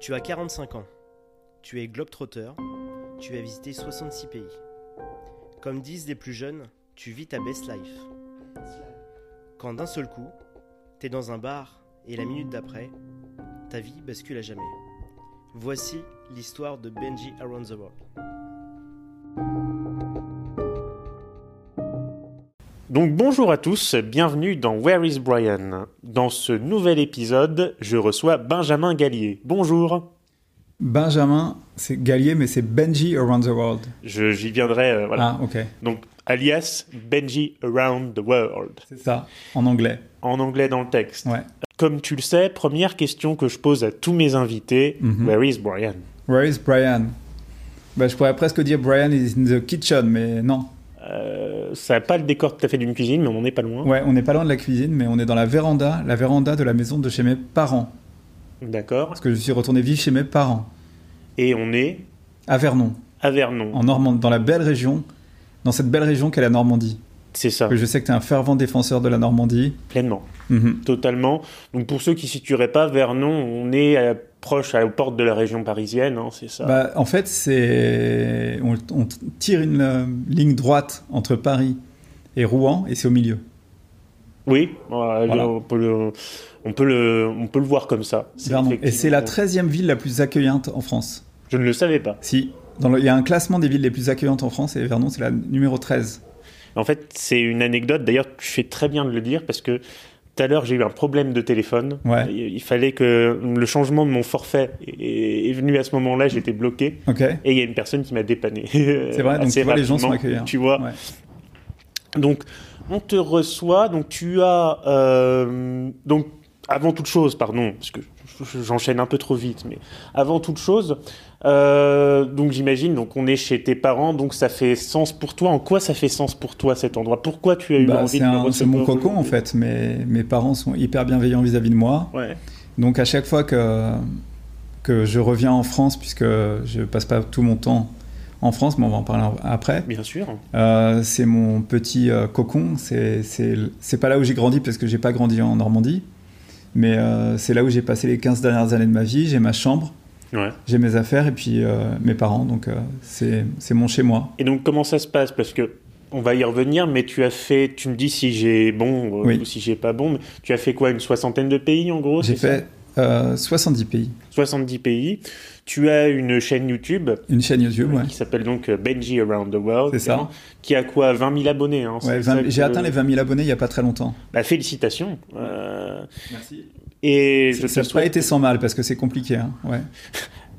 Tu as 45 ans. Tu es globetrotter. Tu as visité 66 pays. Comme disent les plus jeunes, tu vis ta best life. Quand d'un seul coup, t'es dans un bar et la minute d'après, ta vie bascule à jamais. Voici l'histoire de Benji Around the World. Donc bonjour à tous, bienvenue dans Where is Brian. Dans ce nouvel épisode, je reçois Benjamin Gallier. Bonjour. Benjamin, c'est Gallier, mais c'est Benji Around the World. Je- J'y viendrai. euh, voilà. Ah, ok. Donc alias Benji Around the World. C'est ça, en anglais. En anglais dans le texte. Ouais. Comme tu le sais, première question que je pose à tous mes invités, Mhm. Where is Brian Where is Brian bah, Je pourrais presque dire Brian is in the kitchen, mais non. Euh, Ça n'a pas le décor tout à fait d'une cuisine, mais on n'en est pas loin. Ouais, on n'est pas loin de la cuisine, mais on est dans la véranda, la véranda de la maison de chez mes parents. D'accord. Parce que je suis retourné vivre chez mes parents, Et on est à Vernon, à Vernon. en Normandie, dans la belle région, dans cette belle région qu'est la Normandie. C'est ça, Parce que je sais que tu es un fervent défenseur de la Normandie. pleinement. Mhm. Totalement. Donc pour ceux qui ne situeraient pas, Vernon, on est euh, proche à- aux portes de la région parisienne, hein, c'est ça. Bah, en fait, c'est on, on tire une euh, ligne droite entre Paris et Rouen, et c'est au milieu. Oui, euh, Voilà. on, peut le, on, peut le, on peut le voir comme ça. C'est Vernon. Et effectivement- c'est la 13e ville la plus accueillante en France. Je ne le savais pas. Si. Dans le- Il y a un classement des villes les plus accueillantes en France et Vernon, c'est la numéro 13. En fait, c'est une anecdote. D'ailleurs, tu fais très bien de le dire parce que tout à l'heure, j'ai eu un problème de téléphone. Ouais. Il il fallait que le changement de mon forfait est, est venu à ce moment-là. J'étais bloqué Ok et il y a une personne qui m'a dépanné. C'est vrai, donc tu vois, les gens sont accueillants. Tu vois, Ouais. Donc, on te reçoit. Donc, tu as. euh, donc, avant toute chose, pardon, parce que je- je- j'enchaîne un peu trop vite, mais avant toute chose, euh, donc j'imagine, donc on est chez tes parents, donc ça fait sens pour toi. En quoi ça fait sens pour toi cet endroit Pourquoi tu as eu Bah, envie c'est de me un- c'est recevoir mon cocon en fait. Mes, mes parents sont hyper bienveillants vis-à-vis de moi. Ouais, Donc à chaque fois que, que je reviens en France, puisque je passe pas tout mon temps en France, mais on va en parler après, bien sûr. Euh, c'est mon petit euh, cocon. C'est- C'est c'est pas là où j'ai grandi parce que j'ai pas grandi en Normandie, mais euh, c'est là où j'ai passé les 15 dernières années de ma vie. J'ai ma chambre, Ouais. j'ai mes affaires et puis euh, mes parents. Donc euh, c'est c'est mon chez moi. Et donc, comment ça se passe Parce que. On va y revenir, mais tu as fait, tu me dis si j'ai bon euh, Oui. ou si j'ai pas bon, mais tu as fait quoi, une soixantaine de pays en gros J'ai c'est ça fait euh, 70 pays. 70 pays. Tu as une chaîne YouTube euh, Une chaîne YouTube, ouais. qui s'appelle donc euh, Benji Around the World. C'est ça. hein, Qui a quoi 20 000 abonnés. hein, c'est Ouais, ça 20 que- J'ai atteint les 20 000 abonnés il y a pas très longtemps. Bah, félicitations. euh, Merci. et je Ça te n'a pas souhaite. été sans mal parce que c'est compliqué. hein, Ouais.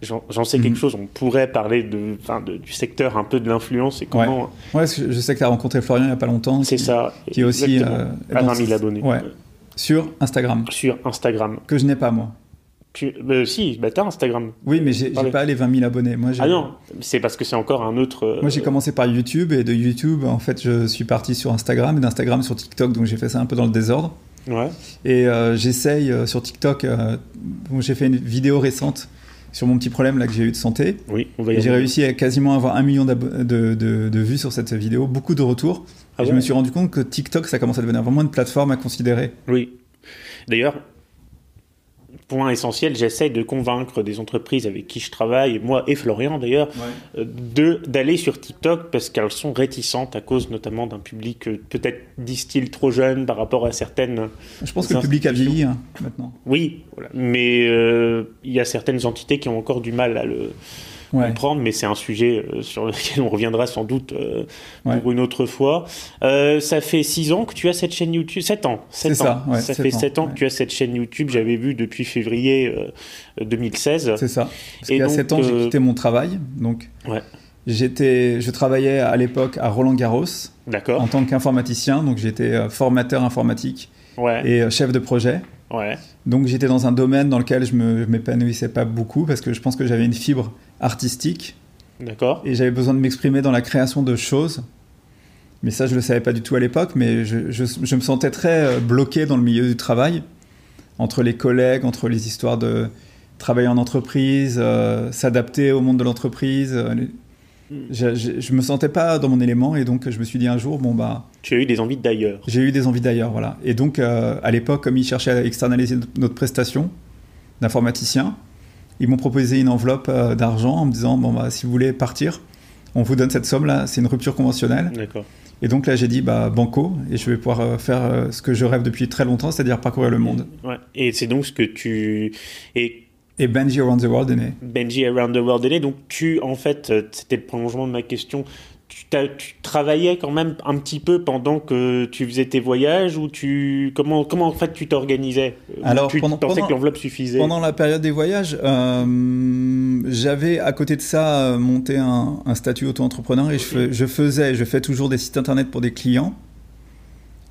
J'en j'en sais Mhm. quelque chose. On pourrait parler de, enfin, de- du secteur un peu de l'influence et comment. ouais, parce que je sais que tu as rencontré Florian il y a pas longtemps. C'est qui- ça. Qui est aussi Exactement. euh, à dans 20 000 ce- abonnés. Ouais. euh, Sur Instagram, Sur Instagram. que je n'ai pas moi. Tu... bah, si, bah, t'as Instagram. Oui, mais j'ai Parlez. j'ai pas les 20 000 abonnés. Moi, j'ai- Ah non, c'est parce que c'est encore un autre. euh, Moi, j'ai commencé par YouTube et de YouTube, en fait, je suis parti sur Instagram et d'Instagram sur TikTok, donc j'ai fait ça un peu dans le désordre. Ouais. Et euh, j'essaye euh, sur TikTok. euh, bon, j'ai fait une vidéo récente sur mon petit problème là que j'ai eu de santé. Oui, on va y Et J'ai revenir. réussi à quasiment avoir un million d'abo- de, de- de vues sur cette vidéo, beaucoup de retours. Ah et je bon me suis rendu compte que TikTok, ça commence à devenir vraiment une plateforme à considérer. Oui. D'ailleurs, point essentiel, j'essaie de convaincre des entreprises avec qui je travaille, moi et Florian d'ailleurs, euh, de d'aller sur TikTok parce qu'elles sont réticentes à cause notamment d'un public euh, peut-être, disent-ils, trop jeune par rapport à certaines... Je pense Des que le public a vieilli hein, maintenant. Oui, voilà. mais euh, il y a certaines entités qui ont encore du mal à le Ouais. comprendre, mais c'est un sujet euh, sur lequel on reviendra sans doute euh, Ouais. pour une autre fois. Euh, ça fait 6 ans que tu as cette chaîne YouTube, 7 ans. sept C'est ans. ça, ouais, sept fait ans, 7 ans ouais. que tu as cette chaîne YouTube, j'avais vu depuis février euh, 2016. C'est ça. Parce Et qu'il y a donc, 7 ans, j'ai euh, quitté mon travail. Donc, Ouais. j'étais, je travaillais à l'époque à Roland Garros en D'accord tant qu'informaticien. Donc, j'étais euh, formateur informatique Ouais, et euh, chef de projet. ouais, donc, Donc, j'étais dans un domaine dans lequel je me- je m'épanouissais pas beaucoup parce que je pense que j'avais une fibre artistique d'accord. et j'avais besoin de m'exprimer dans la création de choses. Mais ça, je le savais pas du tout à l'époque, mais je, je- je me sentais très euh, bloqué dans le milieu du travail, entre les collègues, entre les histoires de travailler en entreprise, euh, s'adapter au monde de l'entreprise. euh, les- je, je, je me sentais pas dans mon élément et donc je me suis dit un jour, bon bah, Tu as eu des envies d'ailleurs. j'ai eu des envies d'ailleurs, voilà. Et donc, euh, à l'époque, comme ils cherchaient à externaliser notre prestation d'informaticien, Ils m'ont proposé une enveloppe euh, d'argent en me disant bon bah si vous voulez partir, on vous donne cette somme là. C'est une rupture conventionnelle. D'accord. Et donc là j'ai dit bah banco et je vais pouvoir euh, faire euh, ce que je rêve depuis très longtemps, c'est-à-dire parcourir le monde. Ouais. Et c'est donc ce que tu. Et Et Benji Around the World est né. Benji Around the World est né. Donc, tu, en fait, euh, c'était le prolongement de ma question. Tu, t'as- tu travaillais quand même un petit peu pendant que tu faisais tes voyages ou tu comment comment en fait tu t'organisais Euh, Alors, tu pendant- pensais pendant- que l'enveloppe suffisait Pendant la période des voyages, euh, j'avais à côté de ça euh, monté un, un statut auto-entrepreneur et je, fais- je faisais, je fais toujours des sites internet pour des clients.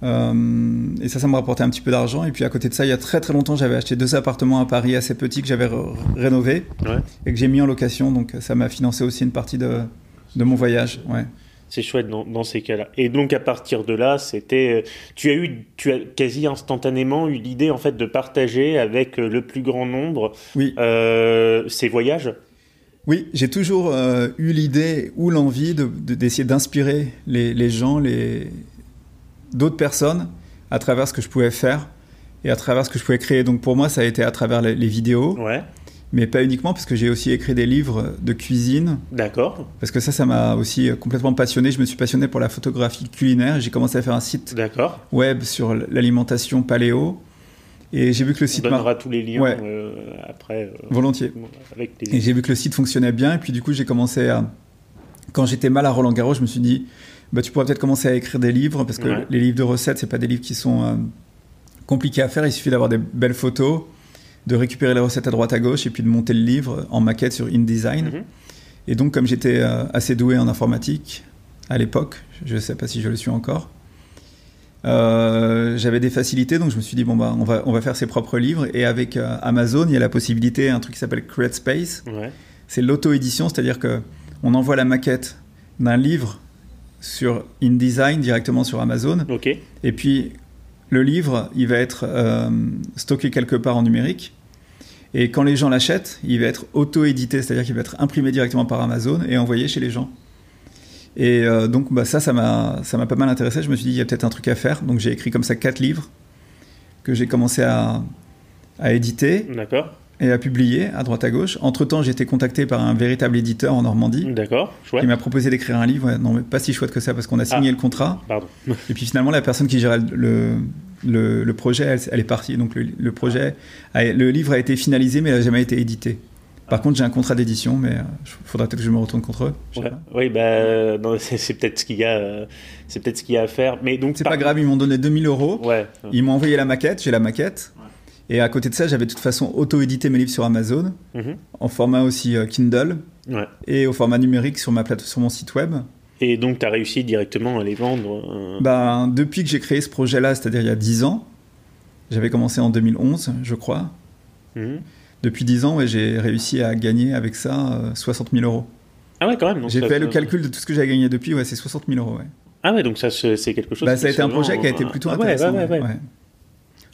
Euh, et ça, ça me rapportait un petit peu d'argent. Et puis à côté de ça, il y a très très longtemps, j'avais acheté deux appartements à Paris assez petits que j'avais re- rénovés Ouais. et que j'ai mis en location. Donc ça m'a financé aussi une partie de, de mon voyage. Ouais. C'est chouette dans, dans ces cas-là. Et donc à partir de là, c'était euh, tu as eu tu as quasi instantanément eu l'idée en fait de partager avec euh, le plus grand nombre Oui, euh, ces voyages. Oui, j'ai toujours euh, eu l'idée ou l'envie de- de- d'essayer d'inspirer les, les gens, les d'autres personnes à travers ce que je pouvais faire et à travers ce que je pouvais créer. Donc pour moi, ça a été à travers les, les vidéos, Ouais. mais pas uniquement, parce que j'ai aussi écrit des livres de cuisine, D'accord. parce que ça, ça m'a aussi euh, complètement passionné. Je me suis passionné pour la photographie culinaire. J'ai commencé à faire un site D'accord. web sur l'alimentation paléo et j'ai vu que le On site mar- donnera tous les liens Ouais. euh, après euh, volontiers. avec Et les j'ai vu que le site fonctionnait bien. Et puis du coup, j'ai commencé à... Quand j'étais mal à Roland Garros, je me suis dit, bah, tu pourrais peut-être commencer à écrire des livres, parce que Ouais. les livres de recettes, c'est pas des livres qui sont euh, compliqués à faire. Il suffit d'avoir des belles photos, de récupérer les recettes à droite à gauche, et puis de monter le livre en maquette sur InDesign. Mhm. Et donc, comme j'étais euh, assez doué en informatique à l'époque, je ne sais pas si je le suis encore, euh, j'avais des facilités, donc je me suis dit, bon, bah, on, va, on va faire ses propres livres. Et avec euh, Amazon, il y a la possibilité, un truc qui s'appelle CreateSpace, Ouais. c'est l'auto-édition, c'est-à-dire que on envoie la maquette d'un livre sur InDesign directement sur Amazon, Ok. et puis le livre, il va être euh, stocké quelque part en numérique. Et quand les gens l'achètent, il va être auto-édité, c'est-à-dire qu'il va être imprimé directement par Amazon et envoyé chez les gens. Et euh, donc bah, ça, ça m'a ça m'a pas mal intéressé. Je me suis dit, il y a peut-être un truc à faire. Donc j'ai écrit comme ça quatre livres que j'ai commencé à, à éditer D'accord. et à publier à droite à gauche. Entre-temps, j'ai été contacté par un véritable éditeur en Normandie D'accord. qui Chouette. m'a proposé d'écrire un livre. Ouais, non, mais pas si chouette que ça parce qu'on a signé le contrat. Ah. Pardon. Et puis finalement, la personne qui gérait le, le, le projet, elle, elle est partie. Donc le, le projet, a- le livre a été finalisé, mais il n'a jamais été édité. Par contre, j'ai un contrat d'édition, mais il faudra peut-être que je me retourne contre eux. Je sais Ouais. pas. Oui, bah, non, c'est c'est peut-être ce qu'il y a, euh, c'est peut-être ce qu'il y a à faire. Mais donc C'est par- pas grave, ils m'ont donné 2000 euros. Ouais. euh, Ils m'ont envoyé la maquette, j'ai la maquette. Et à côté de ça, j'avais de toute façon auto-édité mes livres sur Amazon, Mhm. en format aussi euh, Kindle. Ouais. et au format numérique sur, ma plate sur mon site web. Et donc tu as réussi directement à les vendre. euh, Ben, depuis que j'ai créé ce projet-là, c'est-à-dire il y a 10 ans, j'avais commencé en 2011, je crois. mhm. Depuis 10 ans, ouais, j'ai réussi à gagner avec ça euh, 60 000 euros. Ah ouais, quand même. donc J'ai ça- fait le ça- calcul de tout ce que j'ai gagné depuis, ouais, c'est 60 000 euros. ouais. Ah ouais, donc ça se- c'est quelque chose. Ben, qui ça a été se un vend, projet qui a euh, été plutôt ah ouais, intéressant. ouais, ouais, ouais. ouais, ouais.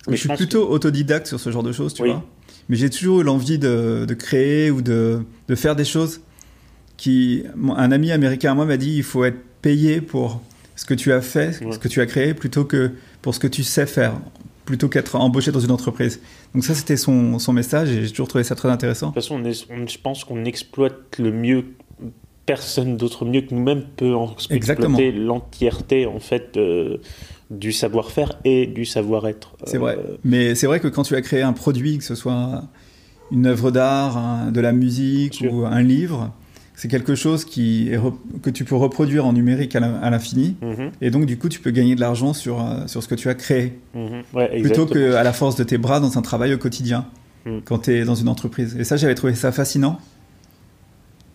Mais je suis pense plutôt autodidacte sur ce genre de choses, tu Oui. vois. Mais j'ai toujours eu l'envie de, de créer ou de, de faire des choses qui. mon- Un ami américain à moi m'a dit il faut être payé pour ce que tu as fait, Ouais. ce que tu as créé, plutôt que pour ce que tu sais faire, plutôt qu'être embauché dans une entreprise. Donc, ça, c'était son, son message et j'ai toujours trouvé ça très intéressant. De toute façon, on est- on- je pense qu'on exploite le mieux. Personne d'autre mieux que nous-mêmes peut en- Exactement. exploiter l'entièreté en fait euh, du savoir-faire et du savoir-être. C'est vrai. Euh, Mais c'est vrai que quand tu as créé un produit, que ce soit une œuvre d'art, un- de la musique Bien sûr. ou un livre, c'est quelque chose qui est re- que tu peux reproduire en numérique à la- à l'infini. mhm, Et donc, du coup, tu peux gagner de l'argent sur, euh, sur ce que tu as créé, mhm. Ouais, exactement. plutôt qu'à la force de tes bras dans un travail au quotidien, Mm. quand tu es dans une entreprise. Et ça, j'avais trouvé ça fascinant.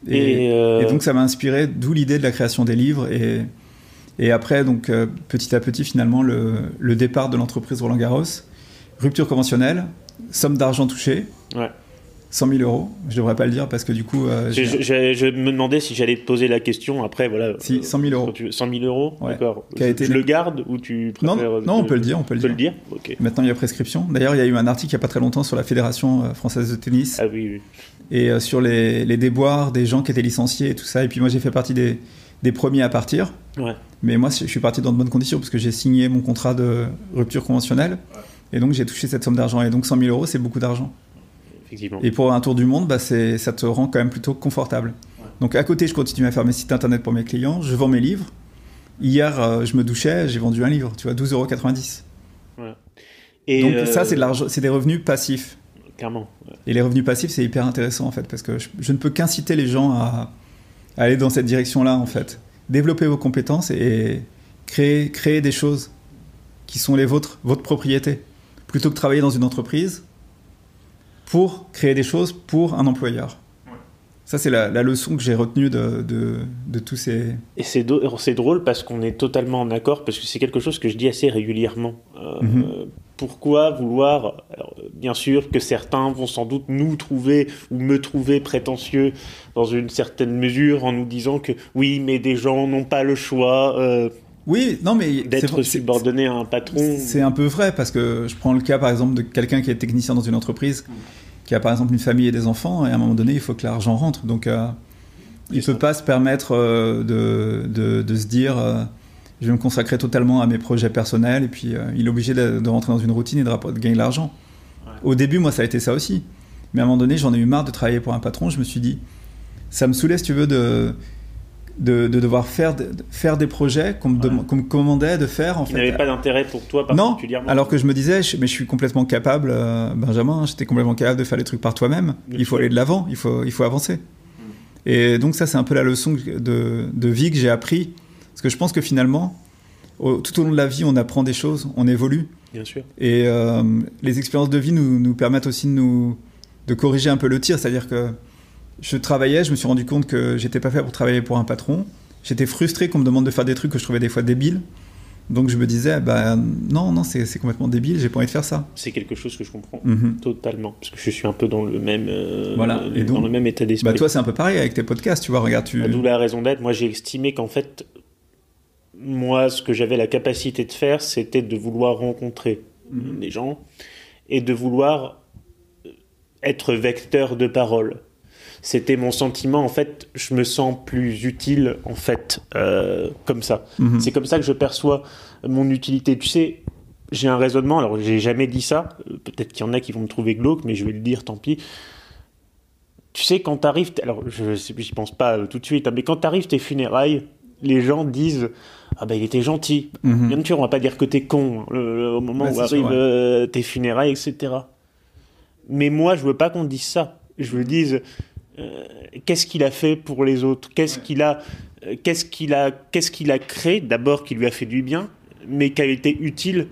Et, Et, euh, et donc, ça m'a inspiré, d'où l'idée de la création des livres. Et, et après, donc, euh, petit à petit, finalement, le, le départ de l'entreprise Roland Garros, rupture conventionnelle, somme d'argent touchée, Ouais. 100 000 euros. Je devrais pas le dire parce que du coup, euh, Je, j'ai- je- je- je me demandais si j'allais te poser la question après, voilà. si, Euh, 100 000 euros. quand tu- 100 000 euros Ouais. D'accord. Qui a Je- été- Je le garde ou tu Non, préfères. non, non, on peut le dire, on peut Tu le peux dire. le dire Ok. Maintenant, il y a prescription. D'ailleurs, il y a eu un article il n'y a pas très longtemps sur la Fédération euh, française de tennis Ah oui, oui. et euh, sur les, les déboires des gens qui étaient licenciés et tout ça. Et puis moi, j'ai fait partie des, des premiers à partir. Ouais. Mais moi, je suis parti dans de bonnes conditions parce que j'ai signé mon contrat de rupture conventionnelle. Et donc, j'ai touché cette somme d'argent. Et donc, 100 000 euros, c'est beaucoup d'argent. effectivement. Et pour un tour du monde, bah, c'est- ça te rend quand même plutôt confortable. Donc à côté, je continue à faire mes sites internet pour mes clients, je vends mes livres. Hier, euh, je me douchais, j'ai vendu un livre, tu vois, 12,90€. Et, Donc euh, ça, c'est de l'argent- c'est des revenus passifs. Clairement. ouais. Et les revenus passifs, c'est hyper intéressant en fait, parce que je, je ne peux qu'inciter les gens à, à aller dans cette direction-là en fait. Développer vos compétences et créer, créer des choses qui sont les vôtres, votre propriété, plutôt que travailler dans une entreprise pour créer des choses pour un employeur. Ça, c'est la, la leçon que j'ai retenue de, de, de tous ces... Et c'est do- c'est drôle parce qu'on est totalement en accord, parce que c'est quelque chose que je dis assez régulièrement. Euh, Mhm. euh, Pourquoi vouloir, alors, euh, bien sûr que certains vont sans doute nous trouver ou me trouver prétentieux dans une certaine mesure en nous disant que oui, mais des gens n'ont pas le choix euh, Oui, non, mais... c'est- d'être c'est- subordonnés à un patron. C'est un peu vrai parce que je prends le cas par exemple de quelqu'un qui est technicien dans une entreprise, qui a par exemple une famille et des enfants, et à un moment donné, il faut que l'argent rentre. Donc, euh, il ne C'est peut ça. pas se permettre euh, de, de- de se dire euh, je vais me consacrer totalement à mes projets personnels, et puis euh, il est obligé de, de rentrer dans une routine et de, rapp- de gagner de l'argent. Ouais. Au début, moi, ça a été ça aussi. Mais à un moment donné, j'en ai eu marre de travailler pour un patron. Je me suis dit, ça me saoulait, si tu veux, de, de, de devoir faire, de- faire des projets qu'on me, dem- qu'on me commandait de faire. En Qui fait, n'avait pas d'intérêt pour toi non, particulièrement. alors que je me disais, je- mais je suis complètement capable, euh, Benjamin, hein, j'étais complètement capable de faire les trucs par toi-même. Bien Il faut sûr. Mm. aller de l'avant, il faut, il faut avancer. Et donc ça, c'est un peu la leçon que- de, de vie que j'ai appris. Parce que je pense que finalement, au- tout au long de la vie, on apprend des choses, on évolue. Bien sûr. Et euh, les expériences de vie nous, nous permettent aussi de, nous, de corriger un peu le tir. C'est-à-dire que je travaillais, je me suis rendu compte que j'étais pas fait pour travailler pour un patron. J'étais frustré qu'on me demande de faire des trucs que je trouvais des fois débiles. Donc je me disais, bah non, non, c'est c'est complètement débile, j'ai pas envie de faire ça. C'est quelque chose que je comprends Mhm. totalement, parce que je suis un peu dans le même, euh, Voilà. Et dans donc- le même état d'esprit. Bah toi, c'est un peu pareil avec tes podcasts, tu vois, regarde, tu. Ah, D'où la raison d'être. Moi, j'ai estimé qu'en fait, moi, ce que j'avais la capacité de faire, c'était de vouloir rencontrer Mhm. des gens et de vouloir être vecteur de parole. C'était mon sentiment. En fait, je me sens plus utile, en fait, euh, comme ça. Mhm. C'est comme ça que je perçois mon utilité. Tu sais, j'ai un raisonnement, alors j'ai jamais dit ça, euh, peut-être qu'il y en a qui vont me trouver glauque, mais je vais le dire, tant pis. Tu sais, quand t'arrives, t- alors je n'y pense pas euh, tout de suite, hein, mais quand t'arrives tes funérailles, les gens disent Ah ben il était gentil. Mhm. Bien sûr, on va pas dire que t'es con hein, le- le- au moment Ouais, où Bah, c'est sûr, arrivent ouais. euh, tes funérailles, etc. Mais moi, je veux pas qu'on dise ça. Je veux dise euh, qu'est-ce qu'il a fait pour les autres Qu'est-ce qu'il a, euh, qu'est-ce qu'il a, qu'est-ce qu'il a créé d'abord qui lui a fait du bien, mais qui a été utile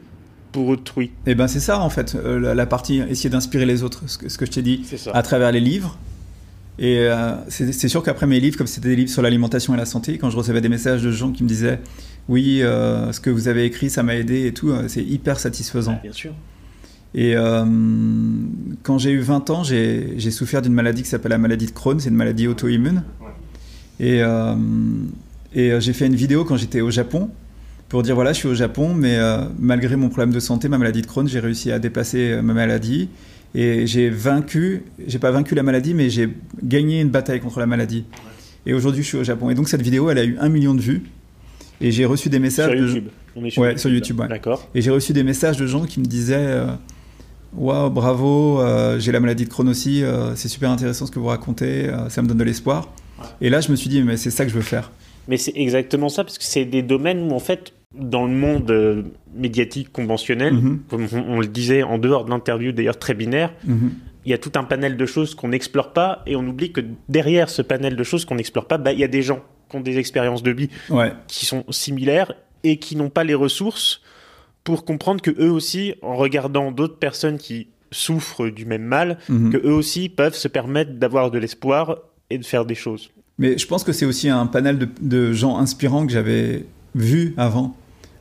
pour autrui. Et ben c'est ça en fait, euh, la, la partie essayer d'inspirer les autres, ce que, ce que je t'ai dit, C'est ça. à travers les livres. Et euh, c'est c'est sûr qu'après mes livres, comme c'était des livres sur l'alimentation et la santé, quand je recevais des messages de gens qui me disaient oui, euh, ce que vous avez écrit, ça m'a aidé et tout, euh, c'est hyper satisfaisant. bien sûr. Et euh, quand j'ai eu 20 ans, j'ai j'ai souffert d'une maladie qui s'appelle la maladie de Crohn, c'est une maladie auto-immune. Et, euh, et euh, j'ai fait une vidéo quand j'étais au Japon pour dire voilà, je suis au Japon, mais euh, malgré mon problème de santé, ma maladie de Crohn, j'ai réussi à dépasser euh, ma maladie. Et j'ai vaincu, j'ai pas vaincu la maladie, mais j'ai gagné une bataille contre la maladie. Et aujourd'hui, je suis au Japon. Et donc, cette vidéo, elle a eu un million de vues. Et j'ai reçu des messages. Sur de- YouTube. On est sur Ouais, YouTube. sur YouTube, ouais. D'accord. et j'ai reçu des messages de gens qui me disaient euh, Waouh, bravo, euh, j'ai la maladie de Crohn aussi, euh, c'est super intéressant ce que vous racontez, euh, ça me donne de l'espoir. Et là, je me suis dit Mais c'est ça que je veux faire. Mais c'est exactement ça, parce que c'est des domaines où, en fait, dans le monde euh, médiatique conventionnel, Mhm. comme on, on le disait en dehors de l'interview d'ailleurs très binaire, Mhm. il y a tout un panel de choses qu'on n'explore pas, et on oublie que derrière ce panel de choses qu'on n'explore pas, bah, il y a des gens qui ont des expériences de vie Ouais, qui sont similaires et qui n'ont pas les ressources pour comprendre que eux aussi, en regardant d'autres personnes qui souffrent du même mal, Mhm. que eux aussi peuvent se permettre d'avoir de l'espoir et de faire des choses. Mais je pense que c'est aussi un panel de, de gens inspirants que j'avais vu avant,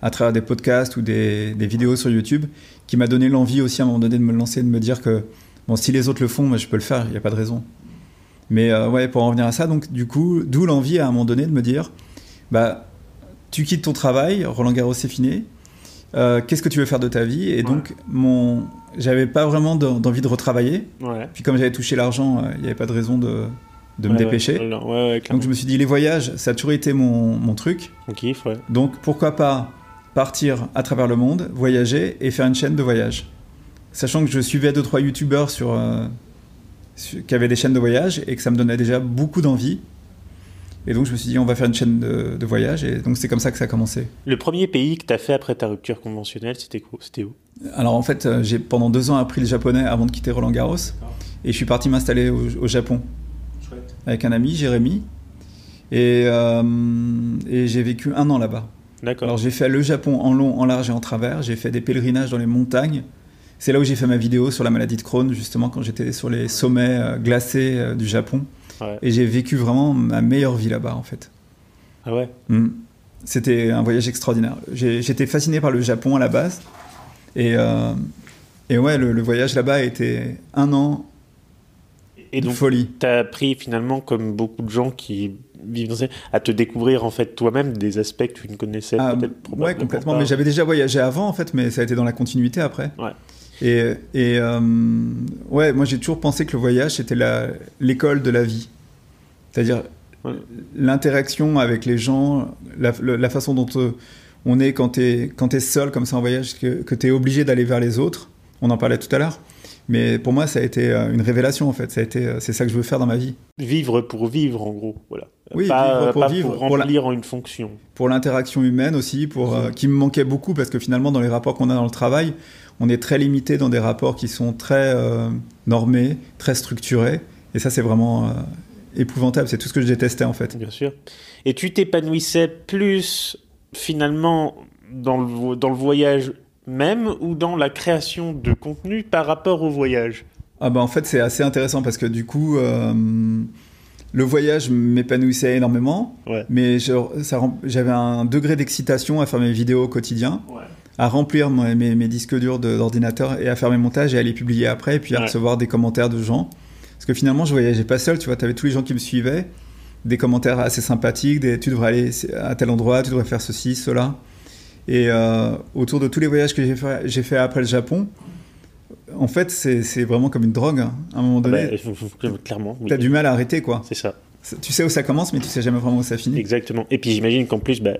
à travers des podcasts ou des, des vidéos sur YouTube, qui m'a donné l'envie aussi à un moment donné de me lancer, de me dire que bon, si les autres le font, moi je peux le faire, il n'y a pas de raison. Mais euh, ouais, pour en revenir à ça, donc du coup, d'où l'envie à un moment donné de me dire, bah, tu quittes ton travail, Roland Garros c'est fini. euh, Qu'est-ce que tu veux faire de ta vie Et donc, mon, j'avais pas vraiment d'en- d'envie de retravailler. Voilà. Puis comme j'avais touché l'argent, euh, il n'y avait pas de raison de, de me Ouais, ouais, dépêcher. ouais, ouais, ouais, Donc clairement. je me suis dit, les voyages, ça a toujours été mon, mon truc. On kiffe, ouais. Donc pourquoi pas partir à travers le monde, voyager et faire une chaîne de voyage. Sachant que je suivais 2-3 youtubeurs sur, euh, su- qui avaient des chaînes de voyage et que ça me donnait déjà beaucoup d'envie. Et donc je me suis dit, on va faire une chaîne de, de voyage. Et donc c'est comme ça que ça a commencé. Le premier pays que tu as fait après ta rupture conventionnelle, c'était quoi C'était où Alors en fait, euh, j'ai pendant deux ans appris le japonais avant de quitter Roland Garros. Et je suis parti m'installer au, au Japon avec un ami, Jérémy. Et, euh, et j'ai vécu un an là-bas. D'accord. Alors j'ai fait le Japon en long, en large et en travers. J'ai fait des pèlerinages dans les montagnes. C'est là où j'ai fait ma vidéo sur la maladie de Crohn, justement, quand j'étais sur les sommets euh, glacés euh, du Japon. Ouais. Et j'ai vécu vraiment ma meilleure vie là-bas, en fait. Ah ouais Mm. C'était un voyage extraordinaire. J'ai- J'étais fasciné par le Japon à la base. Et, euh, et ouais, le, le voyage là-bas a été un an Et de donc, folie. tu as appris finalement, comme beaucoup de gens qui vivent dans ces... à te découvrir en fait toi-même des aspects que tu ne connaissais Ah, peut-être ouais, probablement complètement. pas. Mais j'avais déjà voyagé avant, en fait, mais ça a été dans la continuité après. Ouais. Et, et euh, ouais, moi j'ai toujours pensé que le voyage c'était la- l'école de la vie. C'est-à-dire Ouais. l'interaction avec les gens, la, le- la façon dont euh, on est quand t'es quand es seul comme ça en voyage, que, que t'es obligé d'aller vers les autres. On en parlait tout à l'heure. Mais pour moi, ça a été euh, une révélation en fait. Ça a été, euh, c'est ça que je veux faire dans ma vie. Vivre pour vivre, en gros. Voilà. Oui, pas vivre euh, pour pas vivre, pour pour la- remplir en une fonction. pour l'interaction humaine aussi, pour, euh, qui me manquait beaucoup parce que finalement dans les rapports qu'on a dans le travail, on est très limité dans des rapports qui sont très euh, normés, très structurés, et ça c'est vraiment euh, épouvantable. C'est tout ce que je détestais en fait. Bien sûr. Et tu t'épanouissais plus finalement dans le, vo- dans le voyage même ou dans la création de contenu par rapport au voyage Ah bah en fait c'est assez intéressant parce que du coup euh, le voyage m'épanouissait énormément, Ouais. mais je- ça rem- j'avais un degré d'excitation à faire mes vidéos au quotidien. Ouais. à remplir mes, mes- mes disques durs de- d'ordinateur et à faire mes montages et à les publier après et puis à Ouais. recevoir des commentaires de gens. Parce que finalement, je voyageais pas seul, tu vois, tu avais tous les gens qui me suivaient, des commentaires assez sympathiques, des tu devrais aller à tel endroit, tu devrais faire ceci, cela. Et euh, autour de tous les voyages que j'ai fait, j'ai fait après le Japon, en fait, c'est c'est vraiment comme une drogue. hein. À un moment donné, Bah, clairement, oui. tu as du mal à arrêter, quoi. c'est ça. C'est- Tu sais où ça commence, mais tu sais jamais vraiment où ça finit. Exactement. Et puis j'imagine qu'en plus, bah,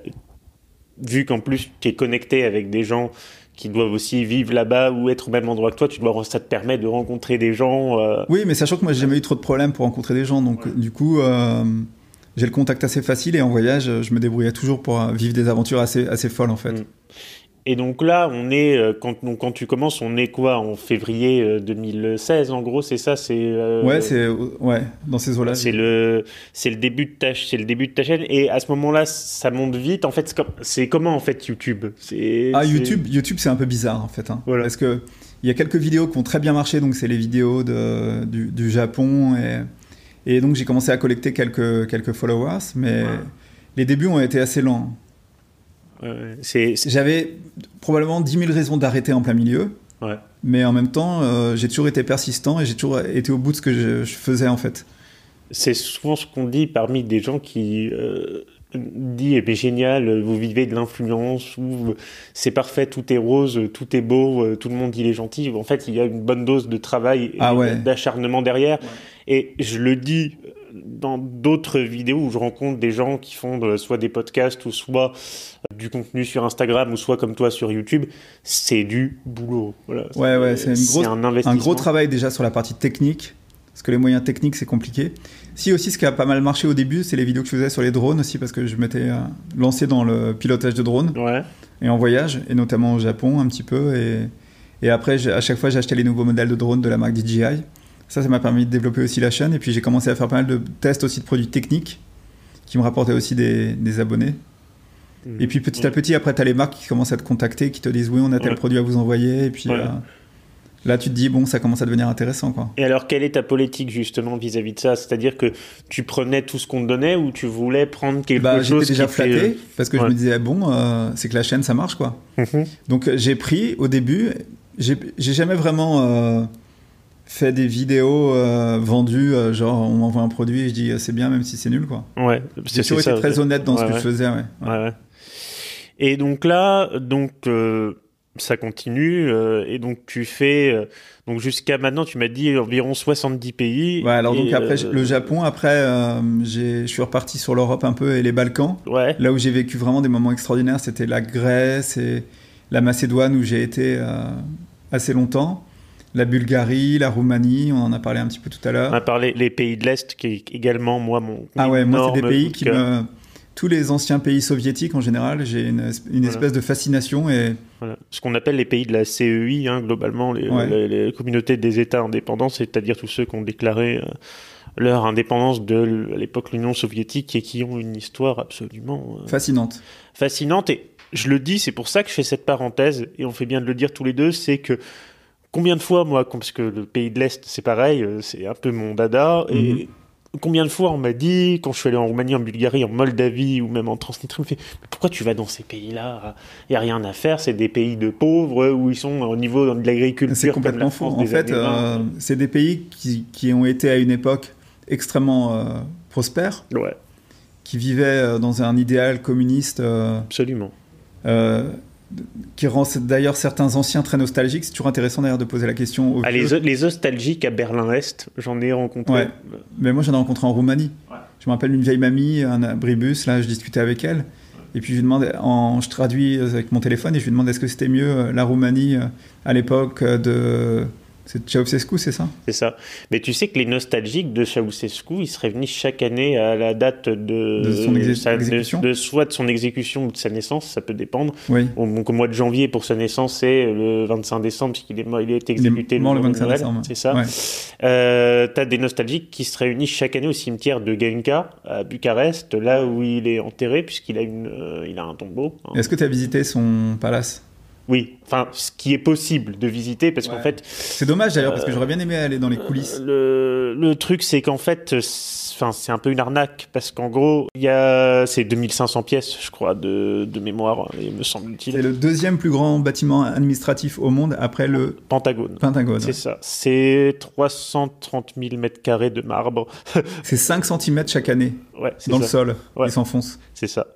vu qu'en plus tu es connecté avec des gens qui doivent aussi vivre là-bas ou être au même endroit que toi, tu dois, ça te permet de rencontrer des gens. euh, Oui, mais sachant que moi, j'ai jamais eu trop de problèmes pour rencontrer des gens. Donc, du coup, euh, j'ai le contact assez facile et en voyage, euh, je me débrouillais toujours pour euh, vivre des aventures assez, assez folles, en fait. Mm. Et donc là, on est euh, quand, donc, quand tu commences, on est quoi en février euh, 2016 en gros, c'est ça, c'est euh, Ouais, c'est ouais, dans ces eaux-là. C'est le, c'est le début de ta, c'est le début de ta chaîne. Et à ce moment-là, ça monte vite. En fait, c'est comme- c'est comment en fait YouTube C'est- Ah, c'est- YouTube, YouTube c'est un peu bizarre, en fait. hein. Voilà. Parce que il y a quelques vidéos qui ont très bien marché. Donc, c'est les vidéos de, du, du Japon. Et, et donc, j'ai commencé à collecter quelques, quelques followers. Mais Ouais. les débuts ont été assez lents. Euh, c'est, c'est- J'avais probablement 10 000 raisons d'arrêter en plein milieu. ouais. Mais en même temps, euh, j'ai toujours été persistant et j'ai toujours été au bout de ce que je, je faisais en fait. C'est souvent ce qu'on dit parmi des gens qui euh, dit eh bien, génial, euh, vous vivez de l'influence ou euh, c'est parfait, tout est rose, euh, tout est beau, euh, tout le monde il est gentil. En fait, il y a une bonne dose de travail et Ah ouais. d'acharnement derrière. Et je le dis euh, dans d'autres vidéos où je rencontre des gens qui font de- soit des podcasts ou soit euh, du contenu sur Instagram ou soit comme toi sur YouTube, c'est du boulot. Voilà. Ouais, ouais, c'est une grosse- un Un investissement. gros travail déjà sur la partie technique, parce que les moyens techniques c'est compliqué. Si aussi ce qui a pas mal marché au début, c'est les vidéos que je faisais sur les drones aussi, parce que je m'étais euh, lancé dans le pilotage de drones Ouais. et en voyage, et notamment au Japon un petit peu. Et, et après, j'ai- à chaque fois, j'achetais les nouveaux modèles de drones de la marque DJI. Ça, ça m'a permis de développer aussi la chaîne. Et puis, j'ai commencé à faire pas mal de tests aussi de produits techniques qui me rapportaient aussi des, des abonnés. Mmh. Et puis petit à petit, après, tu as les marques qui commencent à te contacter, qui te disent oui, on a tel Ouais. produit à vous envoyer. Et puis Ouais. euh, là, tu te dis, bon, ça commence à devenir intéressant. quoi. Et alors, quelle est ta politique justement vis-à-vis de ça C'est-à-dire que tu prenais tout ce qu'on te donnait ou tu voulais prendre quelque Bah, chose J'étais déjà qui flatté parce que je ouais. me disais, bon, euh, c'est que la chaîne, ça marche. quoi. fait, euh, Donc euh, j'ai pris au début, j'ai j'ai jamais vraiment euh, fait des vidéos euh, vendues, euh, genre on m'envoie un produit et je dis euh, c'est bien même si c'est nul. quoi. Ouais, c'est J'ai toujours c'est été ça. ouais. très honnête dans ce que ouais. je faisais. ouais. Ouais. Ouais, ouais. Et donc là, donc euh, ça continue euh, et donc tu fais euh, donc jusqu'à maintenant, tu m'as dit environ 70 pays. Ouais, alors donc et, après euh, le Japon, après euh, j'ai- je suis reparti sur l'Europe un peu et les Balkans. Ouais. Là où j'ai vécu vraiment des moments extraordinaires, c'était la Grèce et la Macédoine où j'ai été euh, assez longtemps. La Bulgarie, la Roumanie, on en a parlé un petit peu tout à l'heure. On a parlé les pays de l'Est, qui est également, moi, mon. Ah ouais, moi, c'est des énorme pays coup de qui cœur. me. Tous les anciens pays soviétiques, en général, j'ai une, es- une Voilà. espèce de fascination et Voilà. Ce qu'on appelle les pays de la CEI, hein, globalement, les, Ouais. les- les communautés des États indépendants, c'est-à-dire tous ceux qui ont déclaré euh, leur indépendance de l- à l'époque l'Union soviétique et qui ont une histoire absolument euh, fascinante. fascinante. Et je le dis, c'est pour ça que je fais cette parenthèse, et on fait bien de le dire tous les deux, c'est que combien de fois, moi, com- parce que le pays de l'Est, c'est pareil, euh, c'est un peu mon dada, Mhm. et combien de fois on m'a dit, quand je suis allé en Roumanie, en Bulgarie, en Moldavie, ou même en Transnistrie, on me fait Mais pourquoi tu vas dans ces pays-là Il n'y a rien à faire, c'est des pays de pauvres, où ils sont au niveau de l'agriculture. C'est comme la complètement faux. France En des fait, années 20. euh, c'est des pays qui, qui ont été à une époque extrêmement euh, prospères, Ouais, qui vivaient euh, dans un idéal communiste euh, absolument. euh, qui rend c- d'ailleurs certains anciens très nostalgiques. C'est toujours intéressant d'ailleurs de poser la question aux Ah, vieux. les, les nostalgiques à Berlin-Est, j'en ai rencontré. Ouais. Mais moi, j'en ai rencontré en Roumanie. Ouais. Je me rappelle une vieille mamie, un abribus, là, je discutais avec elle. Et puis, je lui demande, en, je traduis avec mon téléphone et je lui demande est-ce que c'était mieux euh, la Roumanie euh, à l'époque euh, de. C'est Ceausescu, c'est ça C'est ça. Mais tu sais que les nostalgiques de Ceausescu, ils seraient venus chaque année à la date de, De son exé- de sa- de- exécution de- soit de son exécution ou de sa naissance, ça peut dépendre. Oui. Au, donc au mois de janvier pour sa naissance, c'est le 25 décembre, puisqu'il est, mort- il est Il est exécuté mort le jour de 25 Noël, décembre. C'est ça. Ouais. Euh, T'as des nostalgiques qui se réunissent chaque année au cimetière de Genka, à Bucarest, là où il est enterré, puisqu'il a, une, euh, il a un tombeau. hein. Est-ce que tu as visité son palace Oui, enfin, ce qui est possible de visiter, parce qu'en Ouais. fait, C'est dommage d'ailleurs, parce que j'aurais bien aimé aller dans les coulisses. Euh, Le, le truc, c'est qu'en fait, euh, c'est- enfin, c'est un peu une arnaque parce qu'en gros, il y a c'est 2500 pièces, je crois, de, de mémoire, hein, il me C'est semble-t-il. le deuxième plus grand bâtiment administratif au monde après le Pentagone. Pentagone. C'est ça. C'est 330 000 mètres carrés de marbre. C'est 5 cm chaque année Ouais, c'est dans le ça. sol. Ouais. Il s'enfonce. C'est ça.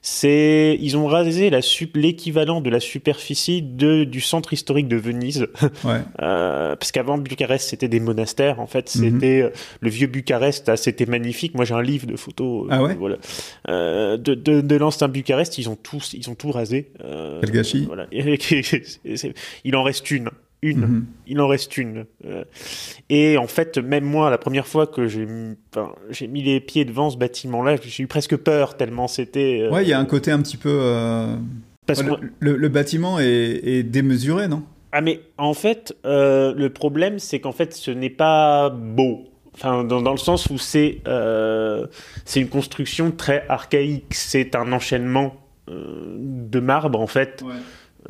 C'est ils ont rasé la sup- l'équivalent de la superficie de du centre historique de Venise. Ouais. Euh, parce qu'avant Bucarest c'était des monastères en fait Mhm. c'était euh, le vieux Bucarest ah, c'était magnifique moi j'ai un livre de photos euh, Ah ouais voilà Euh, de de, de l'ancien Bucarest ils ont tous ils ont tout rasé euh, Quel voilà. gâchis. Et- et- c'est- il en reste une une Mhm. il en reste une Euh, et en fait même moi la première fois que j'ai mis- enfin, j'ai mis les pieds devant ce bâtiment là j'ai eu presque peur tellement c'était euh, Ouais, il y a un côté un petit peu. euh, parce ouais, qu'on- le, le- le bâtiment est, est démesuré, non Ah mais en fait, euh, le problème c'est qu'en fait ce n'est pas beau. Enfin, dans, dans le sens où c'est euh, c'est une construction très archaïque, c'est un enchaînement euh, de marbre en fait.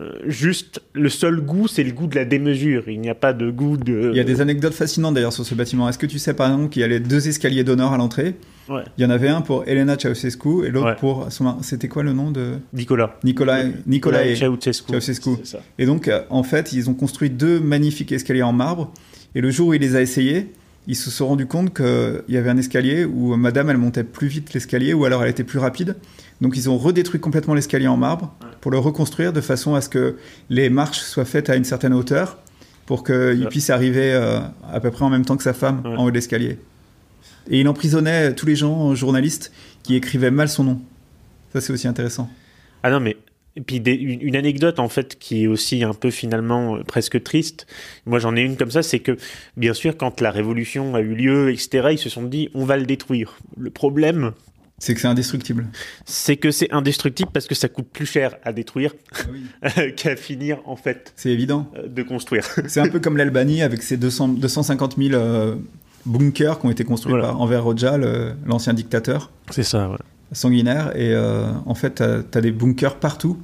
Euh, juste, le seul goût c'est le goût de la démesure. Il n'y a pas de goût de... Il y a des anecdotes fascinantes d'ailleurs sur ce bâtiment. Est-ce que tu sais par exemple qu'il y a les deux escaliers d'honneur à l'entrée Ouais. Il y en avait un pour Elena Ceausescu et l'autre Ouais. pour son mari- c'était quoi le nom de Nicolas. Nicolas Nicolas et- Ceausescu. Ceausescu. C'est ça. Et donc, euh, en fait, ils ont construit deux magnifiques escaliers en marbre. Et le jour où il les a essayés, ils se sont rendus compte qu'il y avait un escalier où euh, madame, elle montait plus vite l'escalier, ou alors elle était plus rapide. Donc, ils ont redétruit complètement l'escalier en marbre pour le reconstruire de façon à ce que les marches soient faites à une certaine hauteur pour qu'il Ouais. puisse arriver euh, à peu près en même temps que sa femme Ouais. en haut de l'escalier. Et il emprisonnait tous les gens, euh, journalistes, qui écrivaient mal son nom. Ça, c'est aussi intéressant. Ah non, mais. Et puis des- une une anecdote en fait qui est aussi un peu finalement euh, presque triste. Moi j'en ai une comme ça, c'est que bien sûr quand la révolution a eu lieu, etc. Ils se sont dit on va le détruire. Le problème C'est que c'est indestructible. c'est que c'est indestructible parce que ça coûte plus cher à détruire qu'à finir en fait C'est évident. euh, de construire. C'est un peu comme l'Albanie avec ses 200, 250 000 euh, bunkers qui ont été construits Voilà. par Enver Hoxha, le- l'ancien dictateur C'est ça. sanguinaire. Et euh, en fait, tu as des bunkers partout.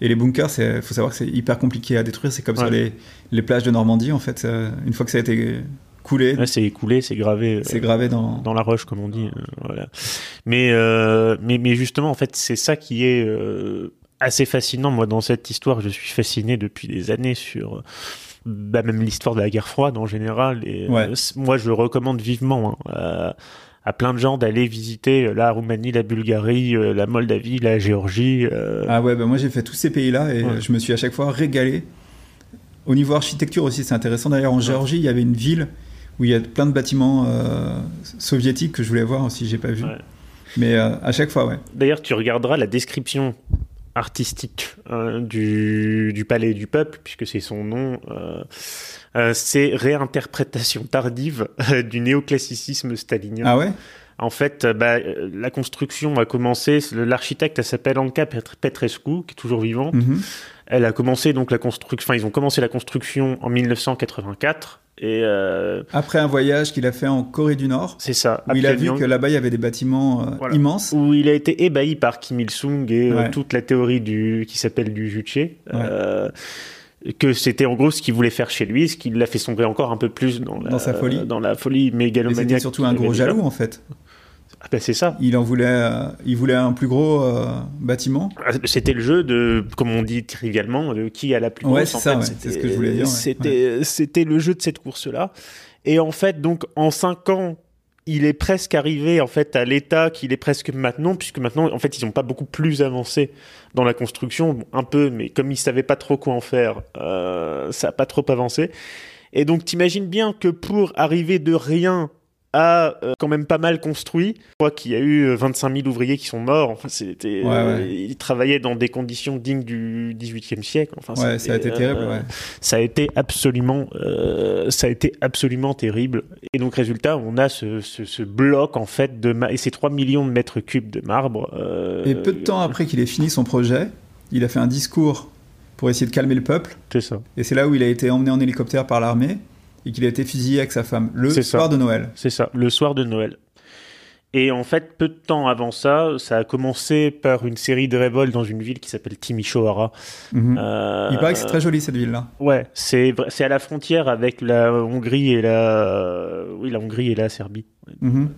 Et les bunkers, il faut savoir que c'est hyper compliqué à détruire. C'est comme Ouais. sur les, les plages de Normandie, en fait. euh, une fois que ça a été coulé, Là c'est écoulé, c'est gravé. euh, c'est gravé dans... dans la roche comme on dit euh, voilà mais euh, mais mais justement en fait c'est ça qui est euh, assez fascinant moi dans cette histoire je suis fasciné depuis des années sur euh, bah, même l'histoire de la guerre froide en général et euh, Ouais. c- moi je recommande vivement hein, à, à plein de gens d'aller visiter euh, la Roumanie la Bulgarie euh, la Moldavie la Géorgie euh, Ah ouais, bah moi j'ai fait tous ces pays-là et Ouais. euh, je me suis à chaque fois régalé. Au niveau architecture aussi, c'est intéressant. D'ailleurs, en Géorgie, il y avait une ville où il y a plein de bâtiments euh, soviétiques que je voulais voir aussi, j'ai pas vu. Ouais. Mais euh, à chaque fois, ouais. D'ailleurs, tu regarderas la description artistique euh, du, du, Palais du Peuple, puisque c'est son nom, euh, c'est réinterprétation tardive euh, du néoclassicisme stalinien. Ah ouais en fait, bah, la construction a commencé. L'architecte, elle s'appelle Anka Petrescu, qui est toujours vivante. Mm Mhm. -hmm. Elle a commencé donc la construction. Enfin, ils ont commencé la construction en 1984. Et euh... Après un voyage qu'il a fait en Corée du Nord. C'est ça. Où il a vu que là-bas, il y avait des bâtiments euh, voilà. immenses. Où il a été ébahi par Kim Il-sung et ouais. euh, toute la théorie du, qui s'appelle du Juche. Ouais. que c'était en gros ce qu'il voulait faire chez lui, ce qui l'a fait sombrer encore un peu plus dans la, dans sa folie, dans la folie mégalomaniaque. Mais c'était surtout un gros jaloux en fait. Ah ben c'est ça. Il en voulait, euh, il voulait un plus gros euh, bâtiment. C'était le jeu de, comme on dit trivialement, de qui a la plus ouais, grosse. c'est ça. Ouais. C'est ce que je voulais dire. C'était, ouais. c'était le jeu de cette course-là. Et en fait, donc en cinq ans, il est presque arrivé en fait à l'état qu'il est presque maintenant, puisque maintenant, en fait, ils n'ont pas beaucoup plus avancé dans la construction, bon, un peu, mais comme ils savaient pas trop quoi en faire, euh, ça n'a pas trop avancé. Et donc, t'imagines bien que pour arriver de rien a euh, quand même pas mal construit. Je crois qu'il y a eu 25 000 ouvriers qui sont morts. Enfin, c'était, ouais, euh, ouais. ils travaillaient dans des conditions dignes du 18e siècle. Enfin, ouais, ça a été terrible. Ah, Euh, ça a été absolument, euh, ça a été absolument terrible. Et donc, résultat, on a ce, ce, ce bloc en fait de et ces 3 millions de mètres cubes de marbre. euh, et peu de temps après qu'il ait fini son projet, il a fait un discours pour essayer de calmer le peuple. C'est ça. Et c'est là où il a été emmené en hélicoptère par l'armée et qu'il a été fusillé avec sa femme le soir ça. de Noël. C'est ça, le soir de Noël. Et en fait, peu de temps avant ça, ça a commencé par une série de révoltes dans une ville qui s'appelle Timisoara. Mm Mhm. -hmm. euh, Il paraît que c'est très joli cette ville-là. Ouais, c'est c'est à la frontière avec la Hongrie et la oui la Hongrie et la Serbie. Mm -hmm.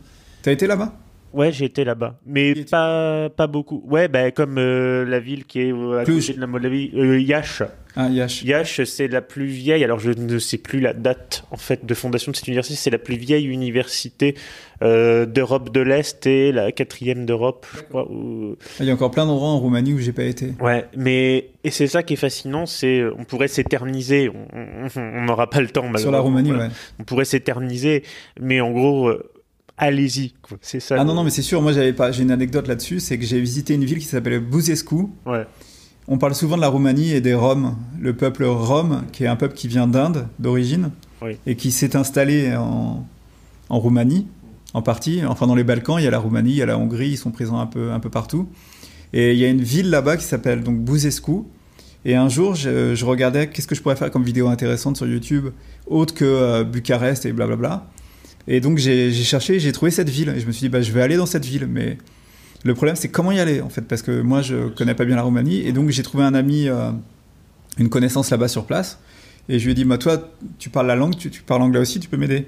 T'as été là-bas Ouais, j'ai été là-bas, mais pas, pas beaucoup. Ouais, bah, comme euh, la ville qui est euh, à Cluj. côté de la Moldavie, euh, Yash. Ah, Yash. Yash, c'est la plus vieille. Alors, je ne sais plus la date en fait de fondation de cette université. C'est la plus vieille université euh, d'Europe de l'Est et la quatrième d'Europe, je crois. Où... Il y a encore plein d'endroits en Roumanie où j'ai pas été. Ouais, mais et c'est ça qui est fascinant, c'est on pourrait s'éterniser. On n'aura pas le temps malheureusement. Sur la Roumanie, voilà. ouais. On pourrait s'éterniser, mais en gros euh, allez-y. C'est ça. Ah non, non, mais c'est sûr, moi j'avais pas. J'ai une anecdote là-dessus, c'est que j'ai visité une ville qui s'appelle Buzescu. Ouais. On parle souvent de la Roumanie et des Roms, le peuple Rom, qui est un peuple qui vient d'Inde d'origine oui. et qui s'est installé en, en, Roumanie, en partie. Enfin, dans les Balkans, il y a la Roumanie, il y a la Hongrie, ils sont présents un peu, un peu partout. Et il y a une ville là-bas qui s'appelle donc Buzescu. Et un jour, je, je regardais qu'est-ce que je pourrais faire comme vidéo intéressante sur YouTube, autre que euh, Bucarest et blablabla. Bla bla. Et donc j'ai cherché, j'ai trouvé cette ville. Et je me suis dit, bah, je vais aller dans cette ville. Mais le problème, c'est comment y aller, en fait, parce que moi, je connais pas bien la Roumanie. Et donc j'ai trouvé un ami, euh, une connaissance là-bas sur place. Et je lui ai dit, bah, toi, tu parles la langue, tu, tu parles anglais aussi, tu peux m'aider.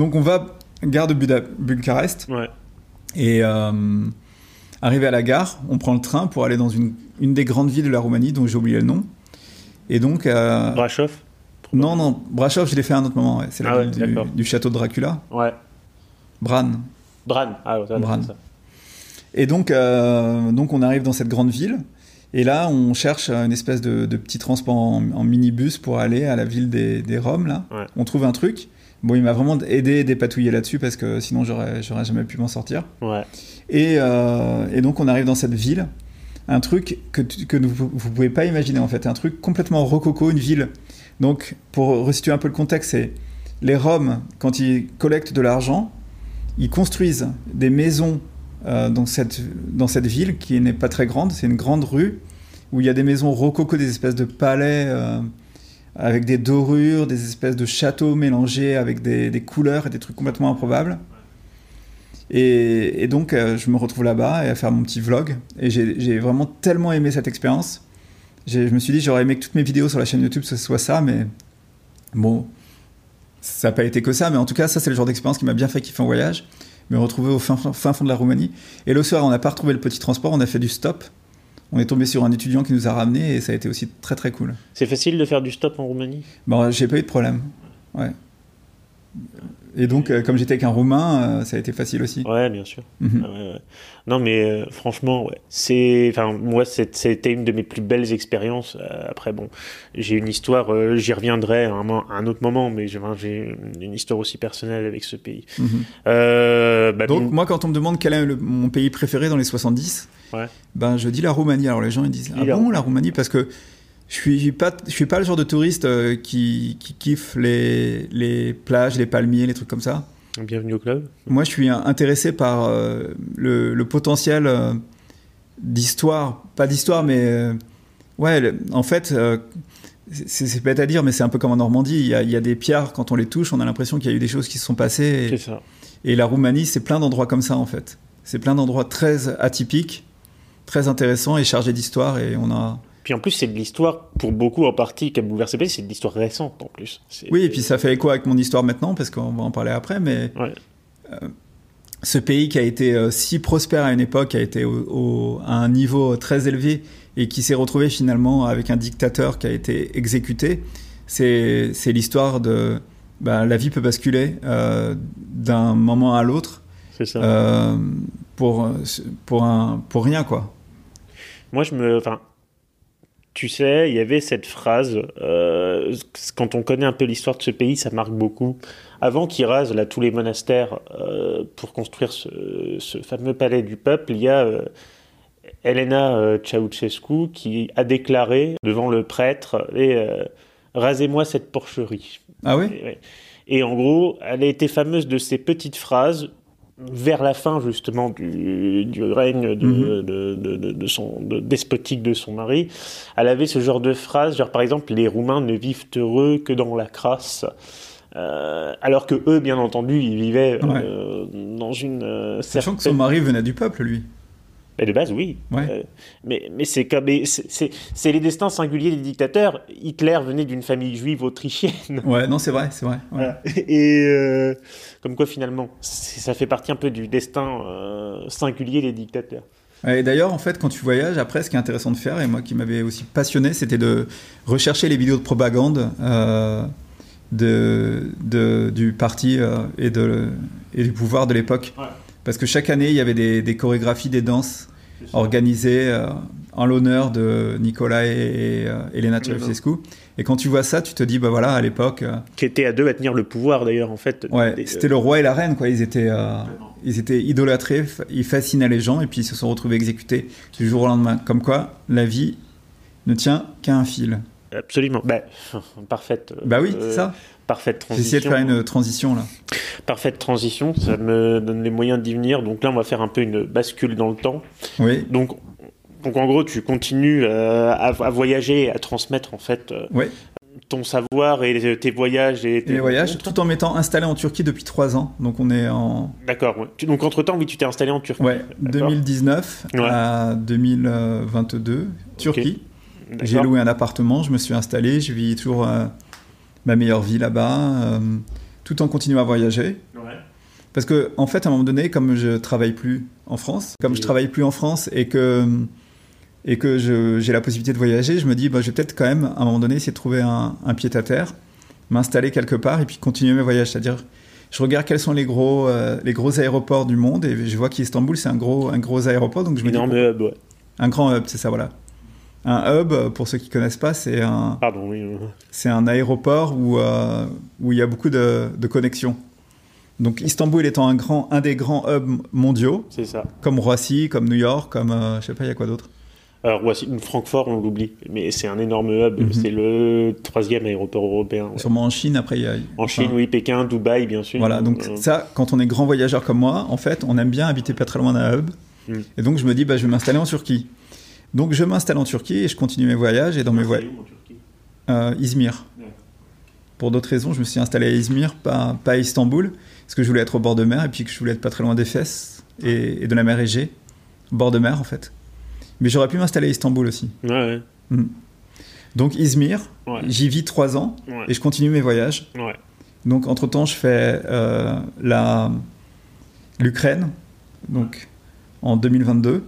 Donc on va, gare de Buda, Bucarest. Ouais. Et euh, arrivé à la gare, on prend le train pour aller dans une, une des grandes villes de la Roumanie, dont j'ai oublié le nom. Et donc. Euh, Brashov non, non, Brashov, je l'ai fait à un autre moment. Ouais. C'est la ah ouais, du, du, château de Dracula. Ouais. Bran. Bran, ah ouais, Bran. Ça. Et donc, euh, donc, on arrive dans cette grande ville. Et là, on cherche une espèce de, de petit transport en, en minibus pour aller à la ville des, des Roms. Là. Ouais. On trouve un truc. Bon, il m'a vraiment aidé, dépatouillé là-dessus parce que sinon, j'aurais jamais pu m'en sortir. Ouais. Et, euh, et, donc, on arrive dans cette ville. Un truc que, que vous, vous pouvez pas imaginer en fait. Un truc complètement rococo, une ville donc, pour resituer un peu le contexte, c'est les Roms, quand ils collectent de l'argent, ils construisent des maisons euh, dans, cette, dans cette ville qui n'est pas très grande. C'est une grande rue où il y a des maisons rococo, des espèces de palais euh, avec des dorures, des espèces de châteaux mélangés avec des, des couleurs et des trucs complètement improbables. Et, et donc, euh, je me retrouve là-bas et à faire mon petit vlog. Et j'ai vraiment tellement aimé cette expérience je me suis dit j'aurais aimé que toutes mes vidéos sur la chaîne YouTube ce soit ça, mais bon, ça n'a pas été que ça. Mais en tout cas, ça c'est le genre d'expérience qui m'a bien fait kiffer en voyage, me retrouver au fin, fin fond de la Roumanie. Et le soir, on n'a pas retrouvé le petit transport, on a fait du stop. On est tombé sur un étudiant qui nous a ramenés et ça a été aussi très très cool. C'est facile de faire du stop en Roumanie Bon, j'ai pas eu de problème. Ouais. Et donc, euh, comme j'étais qu'un Roumain, euh, ça a été facile aussi. Mhm. Ouais, bien sûr. Mm -hmm. ah ouais, ouais. Non, mais euh, franchement, ouais. c'est, enfin, moi, c'était une de mes plus belles expériences. Euh, après, bon, j'ai une histoire, euh, j'y reviendrai à un, à un, autre moment, mais j'ai une histoire aussi personnelle avec ce pays. Mm -hmm. bah, donc, mon... moi, quand on me demande quel est le, mon pays préféré dans les 70, Ouais. ben je dis la Roumanie. Alors les gens ils disent Dis la ah bon la Roumanie parce que je suis pas je suis pas le genre de touriste euh, qui, qui kiffe les les plages, les palmiers, les trucs comme ça. Bienvenue au club. Moi je suis euh, intéressé par euh, le, le potentiel euh, d'histoire, pas d'histoire mais euh, ouais le- en fait euh, c'est c'est bête à dire mais c'est un peu comme en Normandie. Il y a, il y a des pierres quand on les touche on a l'impression qu'il y a eu des choses qui se sont passées. et- C'est ça. et la Roumanie, c'est plein d'endroits comme ça, en fait. C'est plein d'endroits très atypiques, très intéressants et chargés d'histoire. Et on a. Puis en plus, c'est de l'histoire, pour beaucoup en partie, qui a bouleversé le pays, c'est de l'histoire récente en plus. C'est- Oui, et puis ça fait écho avec mon histoire maintenant, parce qu'on va en parler après, mais. Ouais. euh, Ce pays qui a été euh, si prospère à une époque, qui a été au- au- à un niveau très élevé et qui s'est retrouvé finalement avec un dictateur qui a été exécuté, c'est c'est l'histoire de bah, la vie peut basculer euh, d'un moment à l'autre C'est ça. euh, pour, pour, un, pour rien quoi. Moi, je me. Enfin, tu sais, il y avait cette phrase. euh, quand on connaît un peu l'histoire de ce pays, ça marque beaucoup. Avant qu'ils rasent là, tous les monastères euh, pour construire ce, ce fameux palais du peuple, il y a euh, Elena euh, Ceausescu qui a déclaré devant le prêtre et, euh, Rasez-moi cette porcherie. Ah oui Et, ouais. Et en gros, elle a été fameuse de ces petites phrases vers la fin justement du, du règne de, Mhm. de- de- de- de son de- despotique de son mari. Elle avait ce genre de phrase, genre par exemple, les Roumains ne vivent heureux que dans la crasse. Euh, alors que eux, bien entendu, ils vivaient euh, dans une euh, Sachant que son certaine- mari venait du peuple, lui. mais de base, oui. Ouais. Euh, mais mais c'est comme mais c'est- c'est c'est les destins singuliers des dictateurs. Hitler venait d'une famille juive autrichienne. Ouais, non, c'est vrai, c'est vrai. ouais. Voilà. Et euh, comme quoi finalement, c'est- ça fait partie un peu du destin euh, singulier des dictateurs. Ouais, Et d'ailleurs, en fait, quand tu voyages, après, ce qui est intéressant de faire, et moi qui m'avais aussi passionné, c'était de rechercher les vidéos de propagande euh, de, de- du parti euh, et, de, et du pouvoir de l'époque. Ouais. Parce que chaque année, il y avait des, des chorégraphies, des danses organisées euh, en l'honneur de Nicolas et, et, euh, Elena Ceausescu. Et quand tu vois ça, tu te dis, bah voilà, à l'époque, euh, Qui étaient à deux à tenir le pouvoir d'ailleurs en fait. Ouais, Des- euh, c'était le roi et la reine, quoi. Ils étaient, euh, Complètement. ils étaient idolâtrés, f- ils fascinaient les gens, et puis ils se sont retrouvés exécutés du jour au lendemain. Comme quoi, la vie ne tient qu'à un fil. Absolument. Bah, parfaite. euh, Bah oui, c'est ça. Parfaite J'ai transition. essayé de faire une transition, là. Parfaite transition. Ça me donne les moyens d'y venir. Donc là, on va faire un peu une bascule dans le temps. Oui, Donc, donc en gros, tu continues euh, à, à voyager, à transmettre en fait euh, Ouais. ton savoir et tes voyages et, et les voyages, tout en m'étant installé en Turquie depuis trois ans. Donc on est en D'accord. ouais. Tu- Donc entre temps, oui, tu t'es installé en Turquie. ouais, D'accord. 2019 Ouais. à 2022, Turquie. D'accord. J'ai loué un appartement, je me suis installé, je vis toujours euh, ma meilleure vie là-bas, euh, tout en continuant à voyager. Ouais. Parce que, en fait, à un moment donné, comme je travaille plus en France, comme je Oui. travaille plus en France et que, et que je- j'ai la possibilité de voyager, je me dis, bah, je vais peut-être quand même, à un moment donné, essayer de trouver un, un pied à terre, m'installer quelque part et puis continuer mes voyages. C'est-à-dire, je regarde quels sont les gros, euh, les gros aéroports du monde et je vois qu'Istanbul, c'est un gros, un gros aéroport. Donc je me dis, Énorme hub, ouais. un grand hub, c'est ça, voilà. Un hub, pour ceux qui connaissent pas, c'est un, Pardon, oui. euh, c'est un aéroport où, euh, où il y a beaucoup de, de connexions. Donc Istanbul étant un, grand, un des grands hubs mondiaux, C'est ça. comme Roissy, comme New York, comme euh, je sais pas, il y a quoi d'autre. Alors, voici, Francfort, on l'oublie, mais c'est un énorme hub. Mhm. C'est le troisième aéroport européen. ouais. Sûrement en Chine, après il y a... En Chine, oui, Pékin, Dubaï, bien sûr. Ah. Voilà, donc Euh, ça, quand on est grand voyageur comme moi, en fait, on aime bien habiter pas très loin d'un hub. Mm. Et donc je me dis, bah, je vais m'installer en Turquie. Donc je m'installe en Turquie et je continue mes voyages. Et dans mes c'est voyages, où, en Turquie euh, Izmir. Ouais. Pour d'autres raisons, je me suis installé à Izmir, pas, pas à Istanbul, parce que je voulais être au bord de mer et puis que je voulais être pas très loin des fesses et, et de la mer Égée, au bord de mer en fait. Mais j'aurais pu m'installer à Istanbul aussi. Ouais, ouais. Donc Izmir, Ouais. j'y vis trois ans Ouais. et je continue mes voyages. Ouais. Donc entre temps, je fais euh, la l'Ukraine, donc en 2022,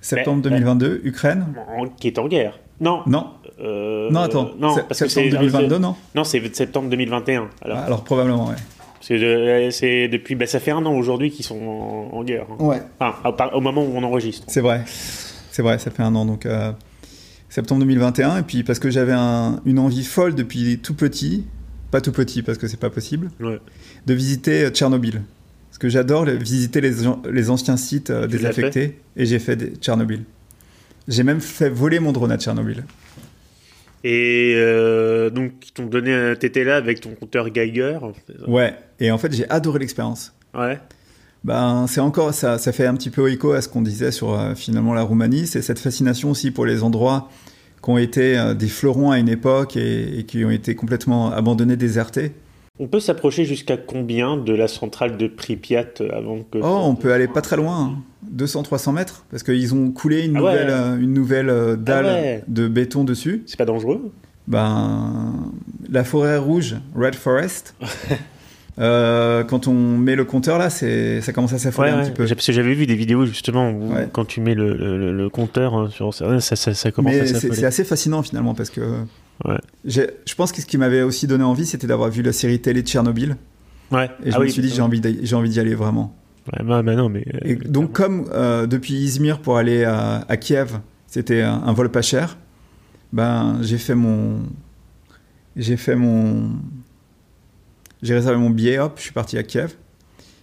septembre Mais- 2022, Ukraine. En- qui est en guerre. Non. Non, euh, non, attends, Non, se- parce que c'est. septembre 2022, non Non, c'est septembre 2021. Alors, Ah, Alors probablement, ouais. c'est de- c'est depuis. bah, ça fait un an aujourd'hui qu'ils sont en, en guerre. hein. Ouais, Enfin, à part- au moment où on enregistre. C'est vrai. C'est vrai, ça fait un an. Donc, euh, septembre 2021. Et puis, parce que j'avais un- une envie folle depuis tout petit, pas tout petit parce que c'est pas possible, Ouais. de visiter euh, Tchernobyl. Parce que j'adore le- visiter les, an- les anciens sites euh, Tu l'as désaffectés. Et j'ai fait des- Tchernobyl. J'ai même fait voler mon drone à Tchernobyl. Et euh, donc, ils t'ont donné un TT là avec ton compteur Geiger. c'est ça Ouais. Et en fait, j'ai adoré l'expérience. Ouais. Ben, c'est encore ça, ça fait un petit peu écho à ce qu'on disait sur euh, finalement la Roumanie. C'est cette fascination aussi pour les endroits qui ont été euh, des fleurons à une époque et, et qui ont été complètement abandonnés, désertés. On peut s'approcher jusqu'à combien de la centrale de Pripyat avant que. Oh, on peut aller pas très loin, hein. 200-300 mètres, parce qu'ils ont coulé une Ah ouais. Ah nouvelle, euh, une nouvelle euh, dalle ouais. de béton dessus. C'est pas dangereux Ben, la forêt rouge, Red Forest. Euh, quand on met le compteur là, c'est, ça commence à s'affoler un petit peu. Parce que j'avais vu des vidéos justement où Ouais. quand tu mets le, le- le- le compteur hein, sur ça, ça, ça- ça commence Mais à c'est c'est s'affoler. assez fascinant finalement parce que Ouais. j'ai- je pense que ce qui m'avait aussi donné envie, c'était d'avoir vu la série télé de Tchernobyl. Ouais. Et je Ah me oui, suis dit, j'ai envie d'y j'ai envie d'y aller vraiment. Ouais, bah, bah non, mais. euh, Et donc, comme euh, depuis Izmir pour aller à, à Kiev, c'était un, un vol pas cher, ben, j'ai fait mon. J'ai fait mon. J'ai réservé mon billet, hop, je suis parti à Kiev.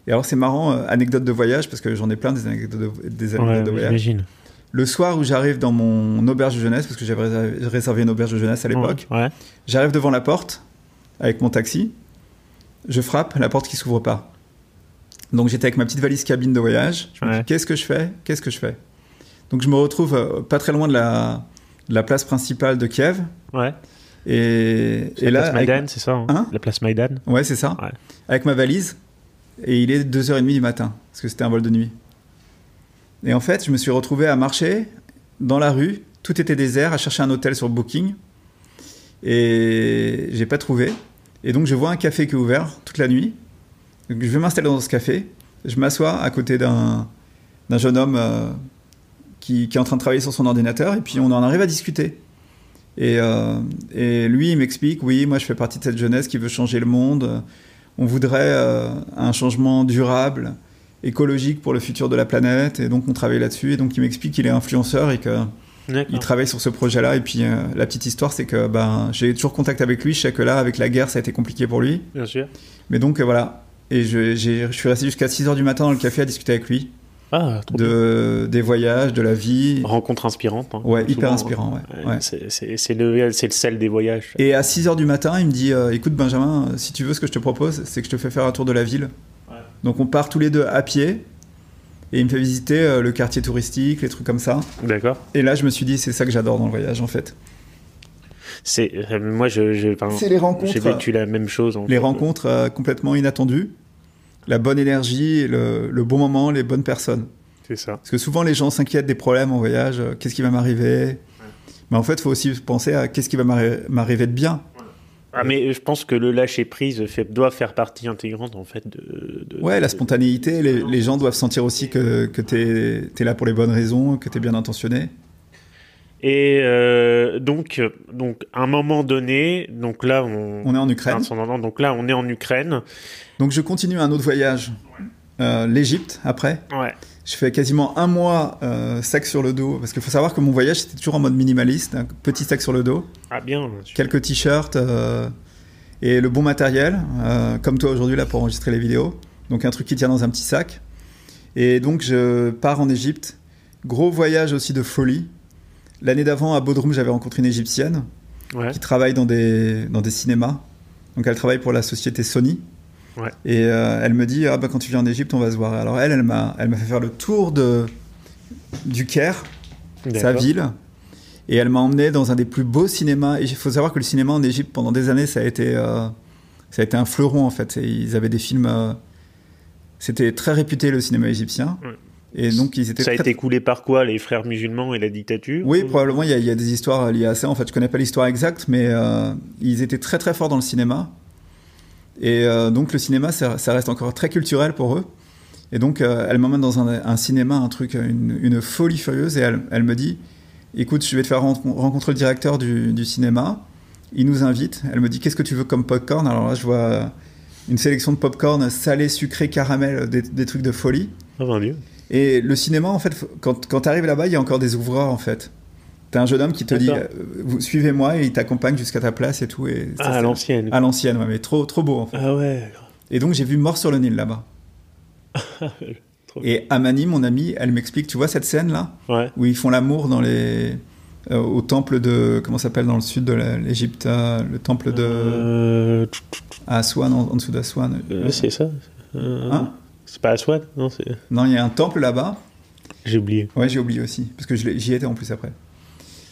Et alors, c'est marrant, euh, anecdote de voyage, parce que j'en ai plein des anecdotes de, des anecdotes Ouais, de voyage. j'imagine. Le soir où j'arrive dans mon auberge de jeunesse, parce que j'avais réservé- réservé une auberge de jeunesse à l'époque, Ouais. j'arrive devant la porte avec mon taxi, je frappe, la porte qui s'ouvre pas. Donc j'étais avec ma petite valise cabine de voyage, je me Ouais. dis qu'est-ce que je fais Qu'est-ce que je fais Donc je me retrouve euh, pas très loin de la, de la place principale de Kiev, Ouais. et, C'est la et là... place avec- Maïdan, c'est ça hein Hein La place Maïdan. ouais, c'est ça. Ouais. Avec ma valise, et il est 2h30 du matin, parce que c'était un vol de nuit. Et en fait, je me suis retrouvé à marcher dans la rue, tout était désert, à chercher un hôtel sur Booking, et j'ai pas trouvé. Et donc je vois un café qui est ouvert toute la nuit. Donc je vais m'installer dans ce café, je m'assois à côté d'un d'un jeune homme euh, qui, qui est en train de travailler sur son ordinateur, et puis on en arrive à discuter. Et, euh, et lui, il m'explique, oui, moi je fais partie de cette jeunesse qui veut changer le monde, on voudrait euh, un changement durable, écologique pour le futur de la planète, et donc on travaille là-dessus, et donc il m'explique qu'il est influenceur et que Ah. il D'accord. travaille sur ce projet-là. Et puis, euh, la petite histoire, c'est que ben, j'ai toujours contact avec lui. Je sais que là, avec la guerre, ça a été compliqué pour lui. Bien sûr. Mais donc, euh, voilà. Et je, j'ai- je suis resté jusqu'à 6 heures du matin dans le café à discuter avec lui Ah, trop bien. de, des voyages, de la vie. Rencontre inspirante. hein, Ouais, souvent, hyper hein. inspirant. Ouais. Ouais, Ouais. C'est c'est- c'est le, c'est le sel des voyages. Et à 6 heures du matin, il me dit euh, Écoute, Benjamin, euh, si tu veux, ce que je te propose, c'est que je te fais faire un tour de la ville. Ouais. Donc, on part tous les deux à pied. Et il me fait visiter euh, le quartier touristique, les trucs comme ça. D'accord. Et là, je me suis dit, c'est ça que j'adore dans le voyage, en fait. C'est euh, moi je, je enfin, C'est les rencontres. J'ai vécu la même chose. en les fait. rencontres euh, complètement inattendues, la bonne énergie, et le, le bon moment, les bonnes personnes. C'est ça. Parce que souvent, les gens s'inquiètent des problèmes en voyage. euh, qu'est-ce qui va m'arriver Mais en fait, il faut aussi penser à qu'est-ce qui va m'arri- m'arriver de bien. Ah mais je pense que le lâcher prise fait doit faire partie intégrante en fait de. de- Ouais, la de- spontanéité, les, les gens doivent sentir aussi que, que t'es es là pour les bonnes raisons, que t'es bien intentionné. Et euh, donc euh, donc à un moment donné donc là on. On est en Ukraine. Transcendant, Donc là, on est en Ukraine. Donc, je continue un autre voyage, euh, l'Égypte, après. Ouais. Je fais quasiment un mois euh, sac sur le dos, parce qu'il faut savoir que mon voyage, c'était toujours en mode minimaliste, un petit sac sur le dos. Ah bien. super. quelques t-shirts euh, et le bon matériel, euh, comme toi aujourd'hui là pour enregistrer les vidéos. Donc un truc qui tient dans un petit sac. Et donc je pars en Égypte. Gros voyage aussi de folie. L'année d'avant à Bodrum, j'avais rencontré une Égyptienne Ouais. qui travaille dans des, dans des cinémas. Donc elle travaille pour la société Sony. Ouais. Et euh, elle me dit ah bah, quand tu viens en Égypte, on va se voir. Alors elle, elle m'a elle m'a fait faire le tour de, du Caire sa D'accord. ville. Et elle m'a emmené dans un des plus beaux cinémas. Et il faut savoir que le cinéma en Égypte, pendant des années, ça a été, euh, ça a été un fleuron, en fait. Et ils avaient des films... euh, c'était très réputé, le cinéma égyptien. Ouais. Et donc, ils étaient... Ça a très- été coulé par quoi Les frères musulmans et la dictature Oui, probablement, il y, a, il y a des histoires liées à ça. En fait, je connais pas l'histoire exacte, mais euh, ils étaient très, très forts dans le cinéma. Et euh, donc, le cinéma, ça, ça reste encore très culturel pour eux. Et donc, euh, elle m'emmène dans un, un cinéma, un truc, une, une folie furieuse, et elle, elle me dit Écoute, je vais te faire ren- rencontrer le directeur du, du cinéma. Il nous invite. Elle me dit Qu'est-ce que tu veux comme popcorn Alors là, je vois euh, une sélection de popcorn salé, sucré, caramel, des, des trucs de folie. Oh mon Dieu. Et le cinéma, en fait, faut- quand, quand tu arrives là-bas, il y a encore des ouvreurs, en fait. T'as un jeune homme qui te dit D'accord. euh, vous- Suivez-moi, et il t'accompagne jusqu'à ta place et tout. Et ça, Ah, à c'est- l'ancienne. à l'ancienne, ouais, mais trop, trop beau, en fait. Ah ouais. Et donc, j'ai vu Mort sur le Nil là-bas. Et Amani, mon amie, elle m'explique, tu vois cette scène-là Ouais. Où ils font l'amour dans les... euh, au temple de... Comment ça s'appelle Dans le sud de la- l'Égypte, euh, le temple de... Euh, tch, tch, tch, à Aswan, en, en dessous d'Aswan. euh, c'est ça Euh, Hein C'est pas Aswan Non, c'est... Non, il y a un temple là-bas. j'ai oublié. Ouais, j'ai oublié aussi, parce que je l'ai- j'y étais en plus après.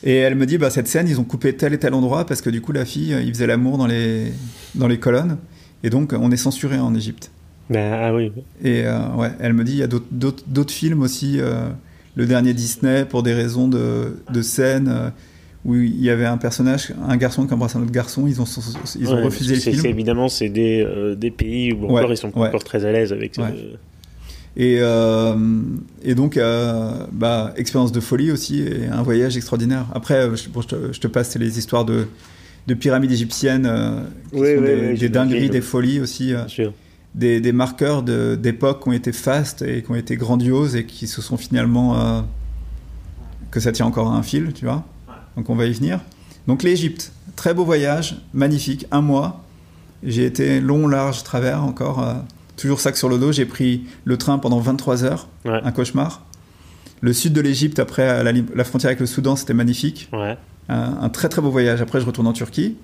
Et elle me dit, bah, cette scène, ils ont coupé tel et tel endroit, parce que du coup, la fille, euh, il faisait l'amour dans les, dans les colonnes. Et donc, on est censuré en Égypte. Ben, ah oui. Et euh, ouais, elle me dit, il y a d'autres- d'autres d'autres films aussi, euh, le dernier Disney, pour des raisons de, de scène, euh, où il y avait un personnage, un garçon qui embrasse un autre garçon, ils ont, cens- ils ont Ouais, refusé le c'est- c'est film. évidemment, c'est des, euh, des pays où encore Ouais, ils sont ouais. encore très à l'aise avec. Ouais. euh, Et, euh, et donc, euh, bah, expérience de folie aussi et un voyage extraordinaire. Après, euh, je, bon, je te, je te passe les histoires de, de pyramides égyptiennes, euh, qui Oui, oui, oui, sont des, des j'imagine. dingueries, des folies aussi, euh, bien sûr. des, des marqueurs de- d'époque qui ont été fastes et qui ont été grandioses et qui se sont finalement. euh, que ça tient encore à un fil, tu vois. Donc, on va y venir. Donc, l'Égypte, très beau voyage, magnifique, un mois. J'ai été long, large, travers encore. euh, toujours sac sur le dos. J'ai pris le train pendant 23 heures. Ouais. Un cauchemar. Le sud de l'Égypte, après à la, li- la frontière avec le Soudan, c'était magnifique. Ouais. Un, un très très beau voyage. Après, je retourne en Turquie.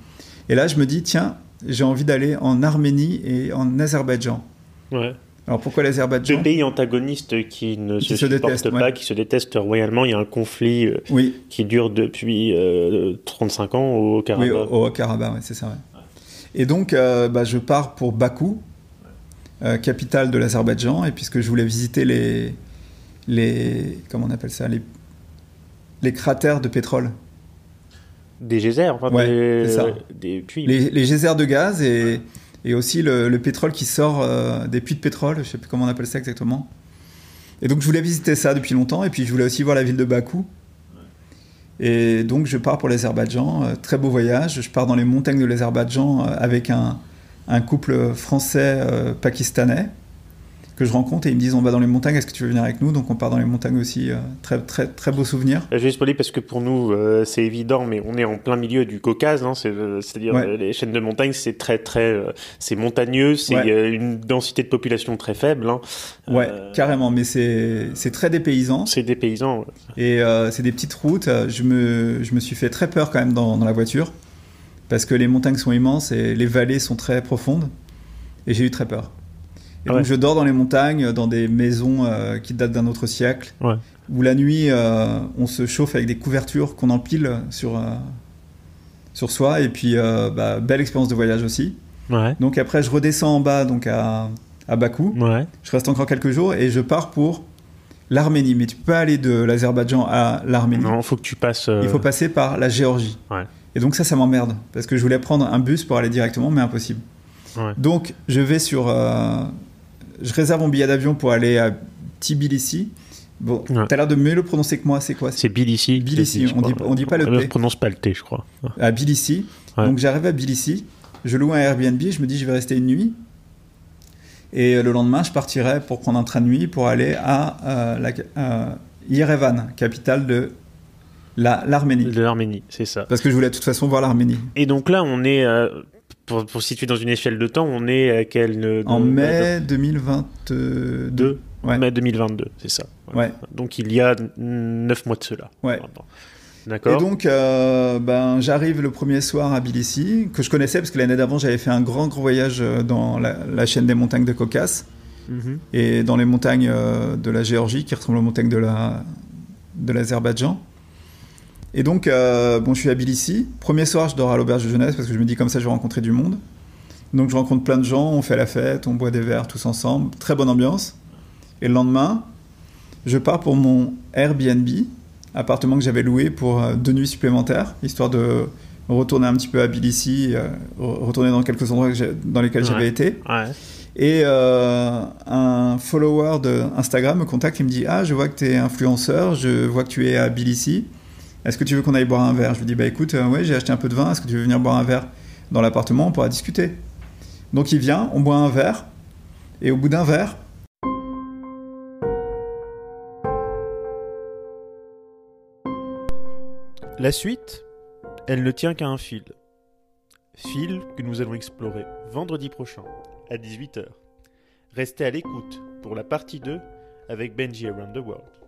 Et là, je me dis, tiens, j'ai envie d'aller en Arménie et en Azerbaïdjan. Ouais. Alors pourquoi Deux l'Azerbaïdjan pays antagonistes qui ne Qui se, se supportent détestent, pas, ouais. qui se détestent royalement. Il y a un conflit euh, Oui, qui dure depuis euh, 35 ans au Oui, oh. Karabakh. au, au Haut-Karabakh, ouais, c'est ça. ouais. Et donc, euh, bah, je pars pour Bakou, euh, capitale de l'Azerbaïdjan, et puisque je voulais visiter les, les comment on appelle ça, les, les cratères de pétrole, Des geysers, enfin Ouais, des, c'est ça. des puits. les, les geysers de gaz et, et aussi le, le pétrole qui sort euh, des puits de pétrole, je sais plus comment on appelle ça exactement. Et donc, je voulais visiter ça depuis longtemps, et puis je voulais aussi voir la ville de Bakou. Et donc je pars pour l'Azerbaïdjan, euh, très beau voyage. Je pars dans les montagnes de l'Azerbaïdjan euh, avec un, un couple français-pakistanais que je rencontre et ils me disent on va dans les montagnes, est-ce que tu veux venir avec nous Donc on part dans les montagnes aussi, euh, très, très, très beau souvenir. Je vais juste spoiler parce que pour nous, euh, c'est évident, mais on est en plein milieu du Caucase, hein, c'est, euh, c'est-à-dire Ouais. euh, les chaînes de montagne, c'est très, très, euh, c'est montagneux, c'est Ouais. euh, une densité de population très faible. hein. Ouais, Euh, carrément, mais c'est c'est très dépaysant c'est des paysans. et euh, c'est des petites routes. Euh, Je me, je me suis fait très peur quand même dans, dans la voiture parce que les montagnes sont immenses et les vallées sont très profondes et j'ai eu très peur. Et Ah donc ouais. je dors dans les montagnes, dans des maisons euh, qui datent d'un autre siècle, Ouais. où la nuit euh, on se chauffe avec des couvertures qu'on empile sur, euh, sur soi et puis euh, bah, belle expérience de voyage aussi. Ouais, Donc après je redescends en bas donc à, à Bakou. ouais. Je reste encore quelques jours et je pars pour l'Arménie. Mais tu peux pas aller de l'Azerbaïdjan à l'Arménie. Non, faut que tu passes. euh, Il faut passer par la Géorgie. Ouais. Et donc ça, ça m'emmerde. Parce que je voulais prendre un bus pour aller directement, mais impossible. Ouais. Donc je vais sur... euh, je réserve mon billet d'avion pour aller à Tbilissi. Bon, Ouais. t'as l'air de mieux le prononcer que moi, c'est quoi C'est Tbilissi. Tbilissi, je on crois. dit- on dit pas le On T. prononce pas le T, je crois. à Tbilissi. Ouais. Donc j'arrive à Tbilissi, je loue un Airbnb, je me dis je vais rester une nuit. Et euh, le lendemain, je partirai pour prendre un train de nuit pour aller à euh, la, euh, Yerevan, capitale de la- l'Arménie. De l'Arménie, c'est ça. Parce que je voulais de toute façon voir l'Arménie. Et donc là, on est, euh, pour, pour situer dans une échelle de temps, on est à quel euh, En de- mai 2022. de- Ouais. mai 2022, c'est ça. Ouais. Donc il y a 9 mois de cela. Ouais. Et D'accord. donc, euh, ben, j'arrive le premier soir à Tbilissi, que je connaissais parce que l'année d'avant, j'avais fait un grand, grand voyage euh, dans la, la chaîne des montagnes de Caucase. Mhm. et dans les montagnes euh, de la Géorgie qui ressemblent aux montagnes de la de l'Azerbaïdjan. Et donc, euh, bon, je suis à Tbilissi. Premier soir, je dors à l'auberge de jeunesse parce que je me dis comme ça, je vais rencontrer du monde. Donc, je rencontre plein de gens, on fait la fête, on boit des verres tous ensemble, très bonne ambiance. Et le lendemain, je pars pour mon Airbnb, appartement que j'avais loué pour euh, deux nuits supplémentaires, histoire de retourner un petit peu à Tbilissi, euh, re- retourner dans quelques endroits que j'ai- dans lesquels Ouais. j'avais été. Ouais. Et euh, un follower de Instagram me contacte et me dit Ah, je vois que tu es influenceur, je vois que tu es à Tbilissi. Est-ce que tu veux qu'on aille boire un verre Je lui dis Bah écoute, euh, ouais, j'ai acheté un peu de vin, est-ce que tu veux venir boire un verre dans l'appartement On pourra discuter. Donc il vient, on boit un verre, et au bout d'un verre, La suite, elle ne tient qu'à un fil. Fil que nous allons explorer vendredi prochain à 18h Restez à l'écoute pour la partie 2 avec Benji Around the World.